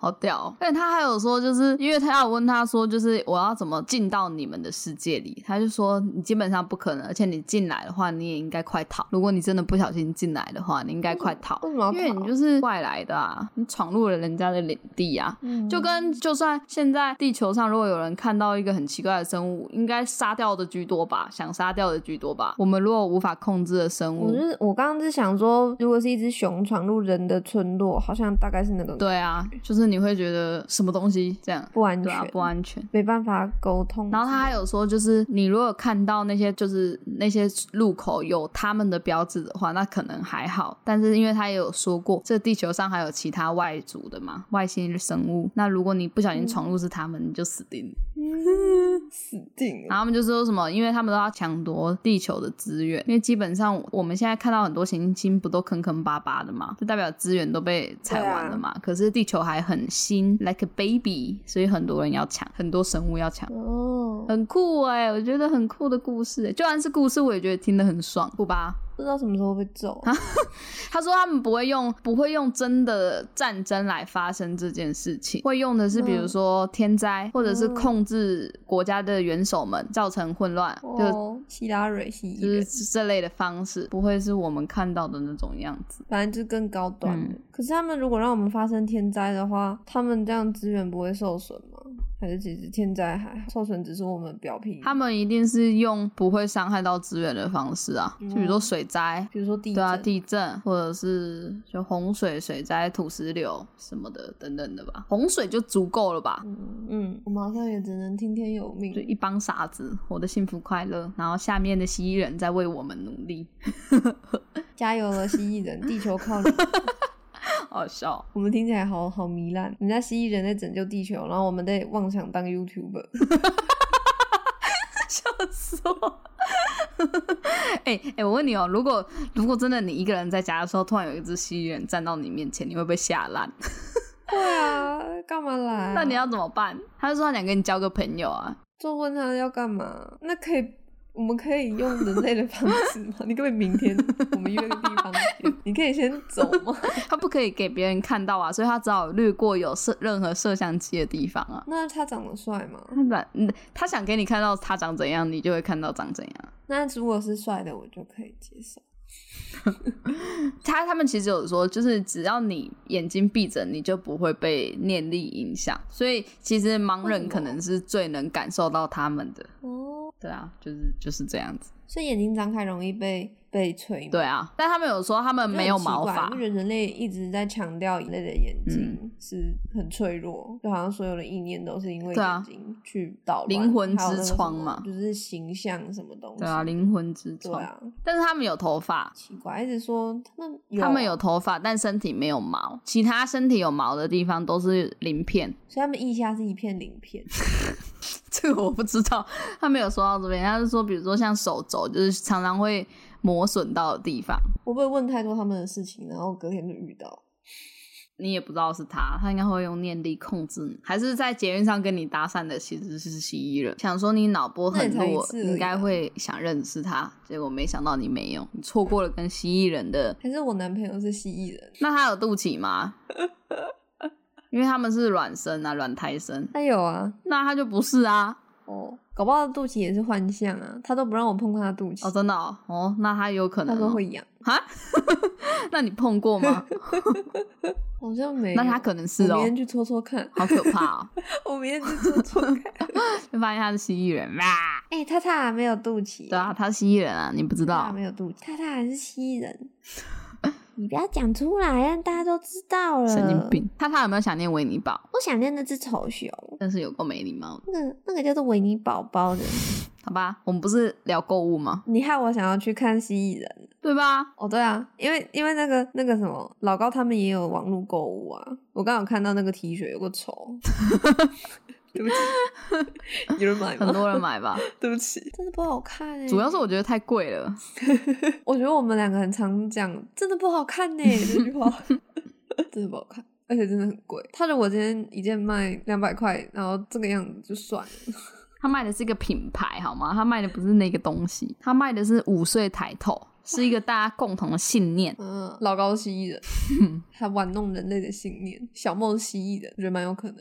[SPEAKER 2] 好屌、哦！而且他还有说，就是因为他有问他说，就是我要怎么进到你们的世界里？他就说你基本上不可能，而且你进来的话，你也应该快逃。如果你真的不小心进来的话，你应该快逃，
[SPEAKER 1] 为什么要
[SPEAKER 2] 因为你
[SPEAKER 1] 逃
[SPEAKER 2] 就是外来的啊，你闯入了人家的领地啊。
[SPEAKER 1] 嗯
[SPEAKER 2] 就跟就算现在地球上如果有人看到一个很奇怪的生物，应该杀掉的居多吧，想杀掉的居多吧。我们如果无法控制的生
[SPEAKER 1] 我
[SPEAKER 2] 物
[SPEAKER 1] 就，是我刚刚是想说，如果是一只熊闯入人的村落，好像大概是那个
[SPEAKER 2] 对啊，就是你会觉得什么东西这样，
[SPEAKER 1] 不安
[SPEAKER 2] 对
[SPEAKER 1] 全，
[SPEAKER 2] 啊，不安全。
[SPEAKER 1] 没办法沟通。
[SPEAKER 2] 然后他还有说，就是你如果看到那些就是那些路口有他们的标志的话，那可能还好。但是因为他也有说过，这地球上还有其他外族的嘛，外星生物。那如果你不小心闯入是他们，你就死定了。
[SPEAKER 1] 嗯 死定
[SPEAKER 2] 然
[SPEAKER 1] 了，
[SPEAKER 2] 后他们就说什么，因为他们都要抢夺地球的资源，因为基本上我们现在看到很多行星不都坑坑巴巴的嘛，就代表资源都被采完了嘛。可是地球还很新，like a baby，所以很多人要抢，很多生物要抢。
[SPEAKER 1] 哦，
[SPEAKER 2] 很酷哎、我觉得很酷的故事、欸，就算是故事，我也觉得听得很爽，酷吧？
[SPEAKER 1] 不知道什么时候会被揍。
[SPEAKER 2] 啊他说他们不会用不会用真的战争来发生这件事情，会用的是比如
[SPEAKER 1] 嗯
[SPEAKER 2] 说天灾，或者是
[SPEAKER 1] 嗯
[SPEAKER 2] 控制国家的元首们造成混乱，就
[SPEAKER 1] 哦，希拉蕊蜥蜴
[SPEAKER 2] 就是
[SPEAKER 1] 人，
[SPEAKER 2] 这类的方式，不会是我们看到的那种样子。
[SPEAKER 1] 反正就是更高端的
[SPEAKER 2] 嗯。
[SPEAKER 1] 可是他们如果让我们发生天灾的话，他们这样资源不会受损吗？还是其实天灾还好，受损只是我们表皮，
[SPEAKER 2] 他们一定是用不会伤害到资源的方式啊，
[SPEAKER 1] 嗯
[SPEAKER 2] 就比如说水灾，
[SPEAKER 1] 比如说地
[SPEAKER 2] 对啊，
[SPEAKER 1] 震
[SPEAKER 2] 地震或者是就洪水、水灾、土石流什么的等等的吧。洪水就足够了吧？
[SPEAKER 1] 嗯嗯，我们好像也只能听天由命
[SPEAKER 2] 就。一帮傻子活得幸福快乐，然后下面的蜥蜴人在为我们努力，
[SPEAKER 1] 加油了，蜥蜴人，地球靠 你！
[SPEAKER 2] 好笑。哦
[SPEAKER 1] 我们听起来好好糜烂，人家蜥蜴人在拯救地球，然后我们在妄想当 YouTuber。
[SPEAKER 2] 笑死我！哎哎、我问你哦，如果如果真的你一个人在家的时候，突然有一只蜥蜴人站到你面前，你会不会吓烂？
[SPEAKER 1] 对啊， 干嘛来啊、
[SPEAKER 2] 那你要怎么办？他就说他想跟你交个朋友啊，
[SPEAKER 1] 就问他要干嘛？那可以，我们可以用人类的方式吗？你可不可以明天我们约个地方见？你可以先走吗？
[SPEAKER 2] 他不可以给别人看到啊，所以他只好略过有摄任何摄像机的地方啊。
[SPEAKER 1] 那他长得帅吗？
[SPEAKER 2] 他懒嗯他想给你看到他长怎样，你就会看到长怎样。
[SPEAKER 1] 那如果是帅的，我就可以接受。
[SPEAKER 2] 他他们其实有说，就是只要你眼睛闭着，你就不会被念力影响。所以其实盲
[SPEAKER 1] 为什
[SPEAKER 2] 人
[SPEAKER 1] 么
[SPEAKER 2] 可能是最能感受到他们的。
[SPEAKER 1] 哦，
[SPEAKER 2] 对啊，就是就是这样子。
[SPEAKER 1] 所以眼睛张开容易被被吹吗
[SPEAKER 2] 对啊，但他们有说他们
[SPEAKER 1] 我觉得很
[SPEAKER 2] 没有
[SPEAKER 1] 奇
[SPEAKER 2] 毛
[SPEAKER 1] 怪
[SPEAKER 2] 发
[SPEAKER 1] 我，觉得人类一直在强调人类的眼睛
[SPEAKER 2] 嗯
[SPEAKER 1] 是很脆弱，就好像所有的意念都是因为
[SPEAKER 2] 对啊
[SPEAKER 1] 眼睛去捣乱，
[SPEAKER 2] 灵魂
[SPEAKER 1] 还有
[SPEAKER 2] 之
[SPEAKER 1] 那个什
[SPEAKER 2] 窗
[SPEAKER 1] 么
[SPEAKER 2] 嘛
[SPEAKER 1] 就是形象什么东西。
[SPEAKER 2] 对啊，灵魂之
[SPEAKER 1] 对
[SPEAKER 2] 窗。
[SPEAKER 1] 啊，
[SPEAKER 2] 但是他们有头发，
[SPEAKER 1] 奇怪，一直说他们有
[SPEAKER 2] 他们有，头发，但身体没有毛，其他身体有毛的地方都是鳞片。
[SPEAKER 1] 所以他们腋下是一片鳞片。
[SPEAKER 2] 这个我不知道，他没有说到这边，他是说，比如说像手肘，就是常常会磨损到的地方，
[SPEAKER 1] 我不会问太多他们的事情，然后隔天就遇到。
[SPEAKER 2] 你也不知道是他，他应该会用念力控制你，还是在捷运上跟你搭讪的其实是蜥蜴人，想说你脑波很
[SPEAKER 1] 那也才一
[SPEAKER 2] 弱，
[SPEAKER 1] 次而已啊
[SPEAKER 2] 应该会想认识他，结果没想到你没有，你错过了跟蜥蜴人的。
[SPEAKER 1] 还是我男朋友是蜥蜴人，
[SPEAKER 2] 那他有肚脐吗？因为他们是卵生啊，卵胎生，
[SPEAKER 1] 他有啊，
[SPEAKER 2] 那他就不是啊。
[SPEAKER 1] 哦，搞不好肚脐也是幻象啊，他都不让我碰他的肚
[SPEAKER 2] 哦，
[SPEAKER 1] 脐，
[SPEAKER 2] 真的哦，哦，那他有可
[SPEAKER 1] 他
[SPEAKER 2] 能、哦、
[SPEAKER 1] 说会痒，
[SPEAKER 2] 哈， 那你碰过吗？
[SPEAKER 1] 好像 没有。
[SPEAKER 2] 那他可能是
[SPEAKER 1] 我
[SPEAKER 2] 哦
[SPEAKER 1] 明，天去搓搓 看，
[SPEAKER 2] 好可怕哦！
[SPEAKER 1] 我明天去搓搓看。
[SPEAKER 2] 就发现他是蜥蜴人哇！
[SPEAKER 1] 哎、他他还没有肚脐，
[SPEAKER 2] 对啊，，他是蜥蜴人啊，你不知
[SPEAKER 1] 他
[SPEAKER 2] 道
[SPEAKER 1] 还？没有肚脐，他他还是蜥蜴 人。你不要讲出来，让大家都知道了。
[SPEAKER 2] 神经！病！呃他他有没有想念维尼宝？
[SPEAKER 1] 我想念那只丑熊，
[SPEAKER 2] 但是有够没礼貌的，
[SPEAKER 1] 那个那个叫做维尼宝宝的。
[SPEAKER 2] 好吧？我们不是聊购物吗？
[SPEAKER 1] 你害我想要去看蜥蜴人。
[SPEAKER 2] 对吧？
[SPEAKER 1] 哦，对啊，因为因为那个那个什么老高他们也有网络购物啊，我刚好看到那个 T 恤有个 丑，对不起，有人买
[SPEAKER 2] 很
[SPEAKER 1] 吗？
[SPEAKER 2] 多人买 吧，
[SPEAKER 1] 对不起，真的不好看哎、
[SPEAKER 2] 主要是我觉得太贵了。
[SPEAKER 1] 我觉得我们两个很常讲，真的不好看呢、这句 话真的不好看，而且真的很贵。他如果今天一件卖两百块，然后这个样子就算了，
[SPEAKER 2] 他卖的是一个品牌，好吗？他卖的不是那个东西，他卖的是五岁抬头，是一个大家共同的信念。
[SPEAKER 1] 嗯，老高蜥蜴 人，他玩弄人类的信念，小梦蜥蜴人，我觉得蛮有可能。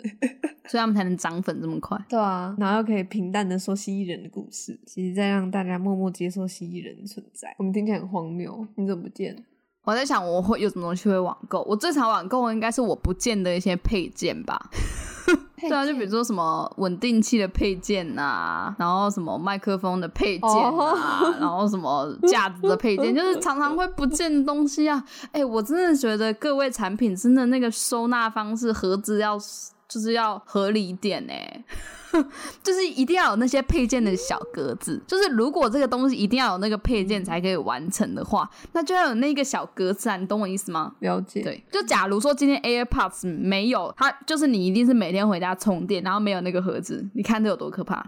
[SPEAKER 2] 所以他们才能涨粉这么快。
[SPEAKER 1] 对啊，然后又可以平淡的说蜥蜴人的故事，其实在让大家默默接受蜥蜴人的存在。我们听起来很荒谬，你怎么不见？
[SPEAKER 2] 我在想，我会有什么东西会网购？我最常网购的应该是我不见的一些配件吧。对啊，就比如说什么稳定器的配件呐、然后什么麦克风的配件啊
[SPEAKER 1] 哦
[SPEAKER 2] 然后什么架子的配件，就是常常会不见的东西啊。哎、我真的觉得各位产品真的那个收纳方式盒子要就是要合理一点哎、 就是一定要有那些配件的小格子，就是如果这个东西一定要有那个配件才可以完成的话，那就要有那个小格子啊，你懂我意思吗？
[SPEAKER 1] 了解，，
[SPEAKER 2] 对，就假如说今天 AirPods 没有，它就是你一定是每天回家充电，然后没有那个盒子，你看这有多可怕？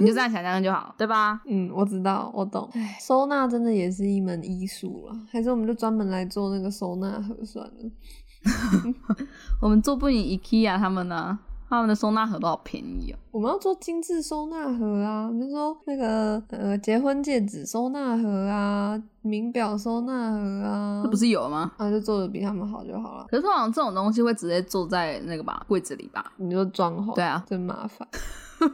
[SPEAKER 2] 你就这样想象就好，对吧？
[SPEAKER 1] 嗯，我知道，我懂。唉收纳真的也是一门艺术啦，还是我们就专门来做那个收纳盒算了。
[SPEAKER 2] 我们做不赢 IKEA 他们呢、他们的收纳盒都好便宜哦。
[SPEAKER 1] 我们要做精致收纳盒啊，比如说那个呃结婚戒指收纳盒啊，名表收纳盒啊，
[SPEAKER 2] 这不是有吗？
[SPEAKER 1] 啊就做的比他们好就好了。
[SPEAKER 2] 可是通常这种东西会直接坐在那个吧柜子里吧？
[SPEAKER 1] 哦你就装潢，
[SPEAKER 2] 对啊
[SPEAKER 1] 真麻烦。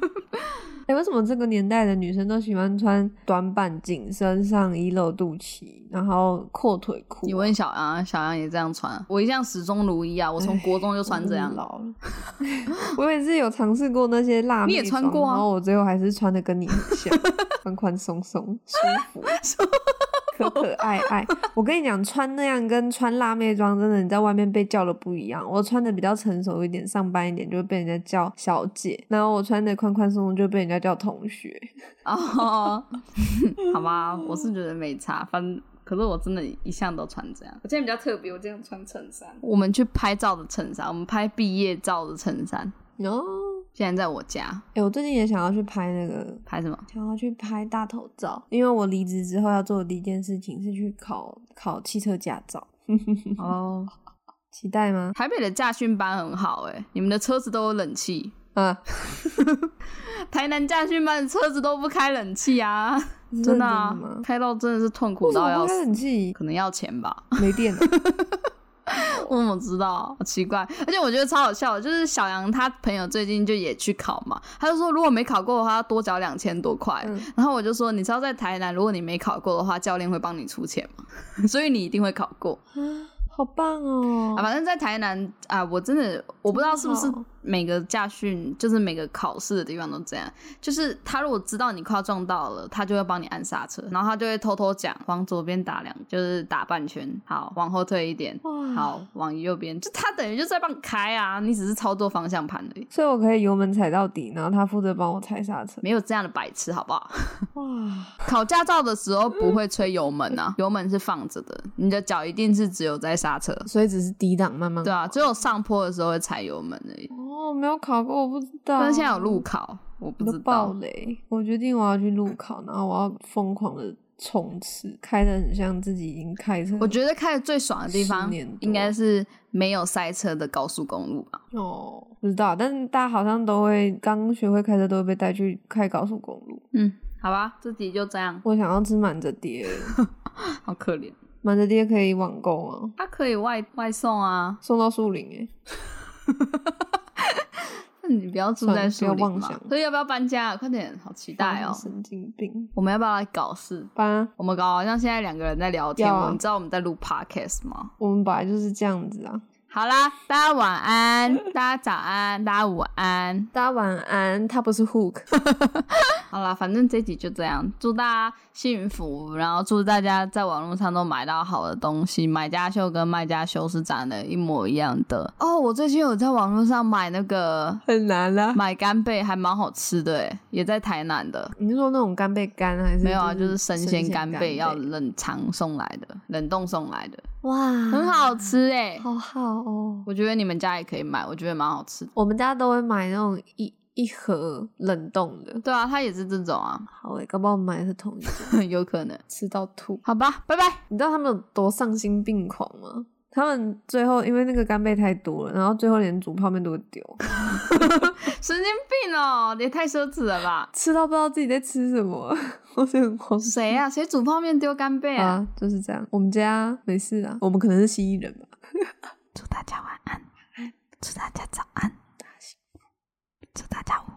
[SPEAKER 1] 哎、为什么这个年代的女生都喜欢穿短版紧身上衣露肚脐，然后阔腿裤、啊
[SPEAKER 2] 你问小杨，小杨也这样穿。我一向始终如一啊，我从国中就穿这样。
[SPEAKER 1] 老了。我也是有尝试过那些辣妹装，
[SPEAKER 2] 你也穿过啊
[SPEAKER 1] 然后我最后还是穿的跟你很像， 宽宽松松，舒 服。可可爱爱，我跟你讲，穿那样跟穿辣妹装真的，你在外面被叫的不一样。我穿的比较成熟一点，上班一点，就会被人家叫小姐；然后我穿的宽宽松松，就被人家叫同学。
[SPEAKER 2] 哦， 好吧，我是觉得没差，反正可是我真的一向都穿这样。我今天比较特别，我今天穿衬衫。我们去拍照的衬衫，我们拍毕业照的衬衫，
[SPEAKER 1] 哦，
[SPEAKER 2] 现在在我家
[SPEAKER 1] 哎，我最近也想要去拍那个
[SPEAKER 2] 拍 什么？
[SPEAKER 1] 想要去拍大头照，因为我离职之后要做的第一件事情是去考考汽车驾照，
[SPEAKER 2] 哦，
[SPEAKER 1] 期待吗？
[SPEAKER 2] 台北的驾训班很好哎、你们的车子都有冷气，
[SPEAKER 1] 啊，
[SPEAKER 2] 台南驾训班的车子都不开冷气 啊，
[SPEAKER 1] 是
[SPEAKER 2] 真
[SPEAKER 1] 认
[SPEAKER 2] 的啊
[SPEAKER 1] 吗，？
[SPEAKER 2] 开到真的是痛苦
[SPEAKER 1] 为什
[SPEAKER 2] 到
[SPEAKER 1] 么
[SPEAKER 2] 要
[SPEAKER 1] 不开
[SPEAKER 2] 死
[SPEAKER 1] 冷， 气？
[SPEAKER 2] 可能要钱吧。
[SPEAKER 1] 没电 了，
[SPEAKER 2] 我怎么知道？好奇怪，而且我觉得超好笑的，就是小杨他朋友最近就也去考嘛，他就说如果没考过的话，要多缴两千多块。
[SPEAKER 1] 嗯
[SPEAKER 2] 然后我就说，你知道在台南，如果你没考过的话，教练会帮你出钱嘛， 所以你一定会考过。
[SPEAKER 1] 好棒哦！
[SPEAKER 2] 啊，反正在台南啊，我真的我不知道是不是
[SPEAKER 1] 真哦好
[SPEAKER 2] 每个驾训，就是每个考试的地方都这样。就是他如果知道你快要撞到了，他就会帮你按刹车，然后他就会偷偷讲往左边打两，就是打半圈，好，往后退一点，
[SPEAKER 1] 哇
[SPEAKER 2] 好，往右边，就他等于就在帮你开啊，你只是操作方向盘而已，
[SPEAKER 1] 所以我可以油门踩到底，然后他负责帮我踩刹车。
[SPEAKER 2] 没有这样的白痴，好不好？
[SPEAKER 1] 哇，
[SPEAKER 2] 考驾照的时候不会吹油门啊，油门是放着的，你的脚一定是只有在刹车，
[SPEAKER 1] 所以只是低档慢慢
[SPEAKER 2] 对啊，只有上坡的时候会踩油门而已。
[SPEAKER 1] 哦，没有考过，我不知道。
[SPEAKER 2] 但是现在有路考，我
[SPEAKER 1] 我
[SPEAKER 2] 不
[SPEAKER 1] 都
[SPEAKER 2] 知
[SPEAKER 1] 啊爆
[SPEAKER 2] 道。
[SPEAKER 1] 雷！我决定我要去路考，然后我要疯狂的冲刺，开的很像自己已经开车。
[SPEAKER 2] 我觉得开的最爽的地
[SPEAKER 1] 十
[SPEAKER 2] 方
[SPEAKER 1] 年多
[SPEAKER 2] 应该是没有塞车的高速公路吧？
[SPEAKER 1] 哦，不知道，但是大家好像都会刚学会开车，都会被带去开高速公路。
[SPEAKER 2] 嗯，好吧，这集就这样，
[SPEAKER 1] 我想要吃满折叠，
[SPEAKER 2] 好可怜。
[SPEAKER 1] 满折叠可以网购吗？
[SPEAKER 2] 它可以外外送啊，
[SPEAKER 1] 送到树林欸诶、
[SPEAKER 2] 那你不要住
[SPEAKER 1] 算
[SPEAKER 2] 在
[SPEAKER 1] 了不
[SPEAKER 2] 树
[SPEAKER 1] 要
[SPEAKER 2] 林
[SPEAKER 1] 妄
[SPEAKER 2] 嘛
[SPEAKER 1] 想
[SPEAKER 2] 所以要不要搬家啊？快点，好期待哦！
[SPEAKER 1] 神经病！
[SPEAKER 2] 我们要不要来搞事？
[SPEAKER 1] 吧，
[SPEAKER 2] 我们搞好像现在两个人在聊天，
[SPEAKER 1] 要啊
[SPEAKER 2] 我们知道我们在录 podcast 吗？
[SPEAKER 1] 我们本来就是这样子啊。
[SPEAKER 2] 好啦，大家晚安，大家早安，大家午安。
[SPEAKER 1] 大家晚安，他不是 Hook。
[SPEAKER 2] 好啦，反正这集就这样，祝大家幸福，然后祝大家在网络上都买到好的东西。买家秀跟卖家秀是长得一模一样的哦。我最近有在网络上买那个
[SPEAKER 1] 很难啊啦、
[SPEAKER 2] 买干贝，还蛮好吃的诶，也在台南的。
[SPEAKER 1] 你是说那种干贝干还是？
[SPEAKER 2] 没有啊，就是生
[SPEAKER 1] 生
[SPEAKER 2] 鲜干贝
[SPEAKER 1] 贝
[SPEAKER 2] 要冷藏送来的，冷冻送来的，
[SPEAKER 1] 哇，
[SPEAKER 2] 很，好吃诶。
[SPEAKER 1] 好好哦。
[SPEAKER 2] 我觉得你们家也可以买，我觉得蛮好吃的。
[SPEAKER 1] 我们家都会买那种一一盒冷冻的。
[SPEAKER 2] 对啊，它也是这种啊，
[SPEAKER 1] 好诶、搞不好我们买的是同一个，
[SPEAKER 2] 有可能。
[SPEAKER 1] 吃到吐。
[SPEAKER 2] 好吧，拜拜。
[SPEAKER 1] 你知道他们有多丧心病狂吗？他们最后因为那个干贝太多了，然后最后连煮泡面都会丢，
[SPEAKER 2] 神经病哦，也太奢侈了吧？
[SPEAKER 1] 吃到不知道自己在吃什么， 我是很慌。
[SPEAKER 2] 谁呀、谁煮泡面丢干贝啊？
[SPEAKER 1] 啊，就是这样。我们家没事啊，我们可能是蜥蜴人吧。
[SPEAKER 2] 祝大家晚安，祝大家早安，祝大家午安。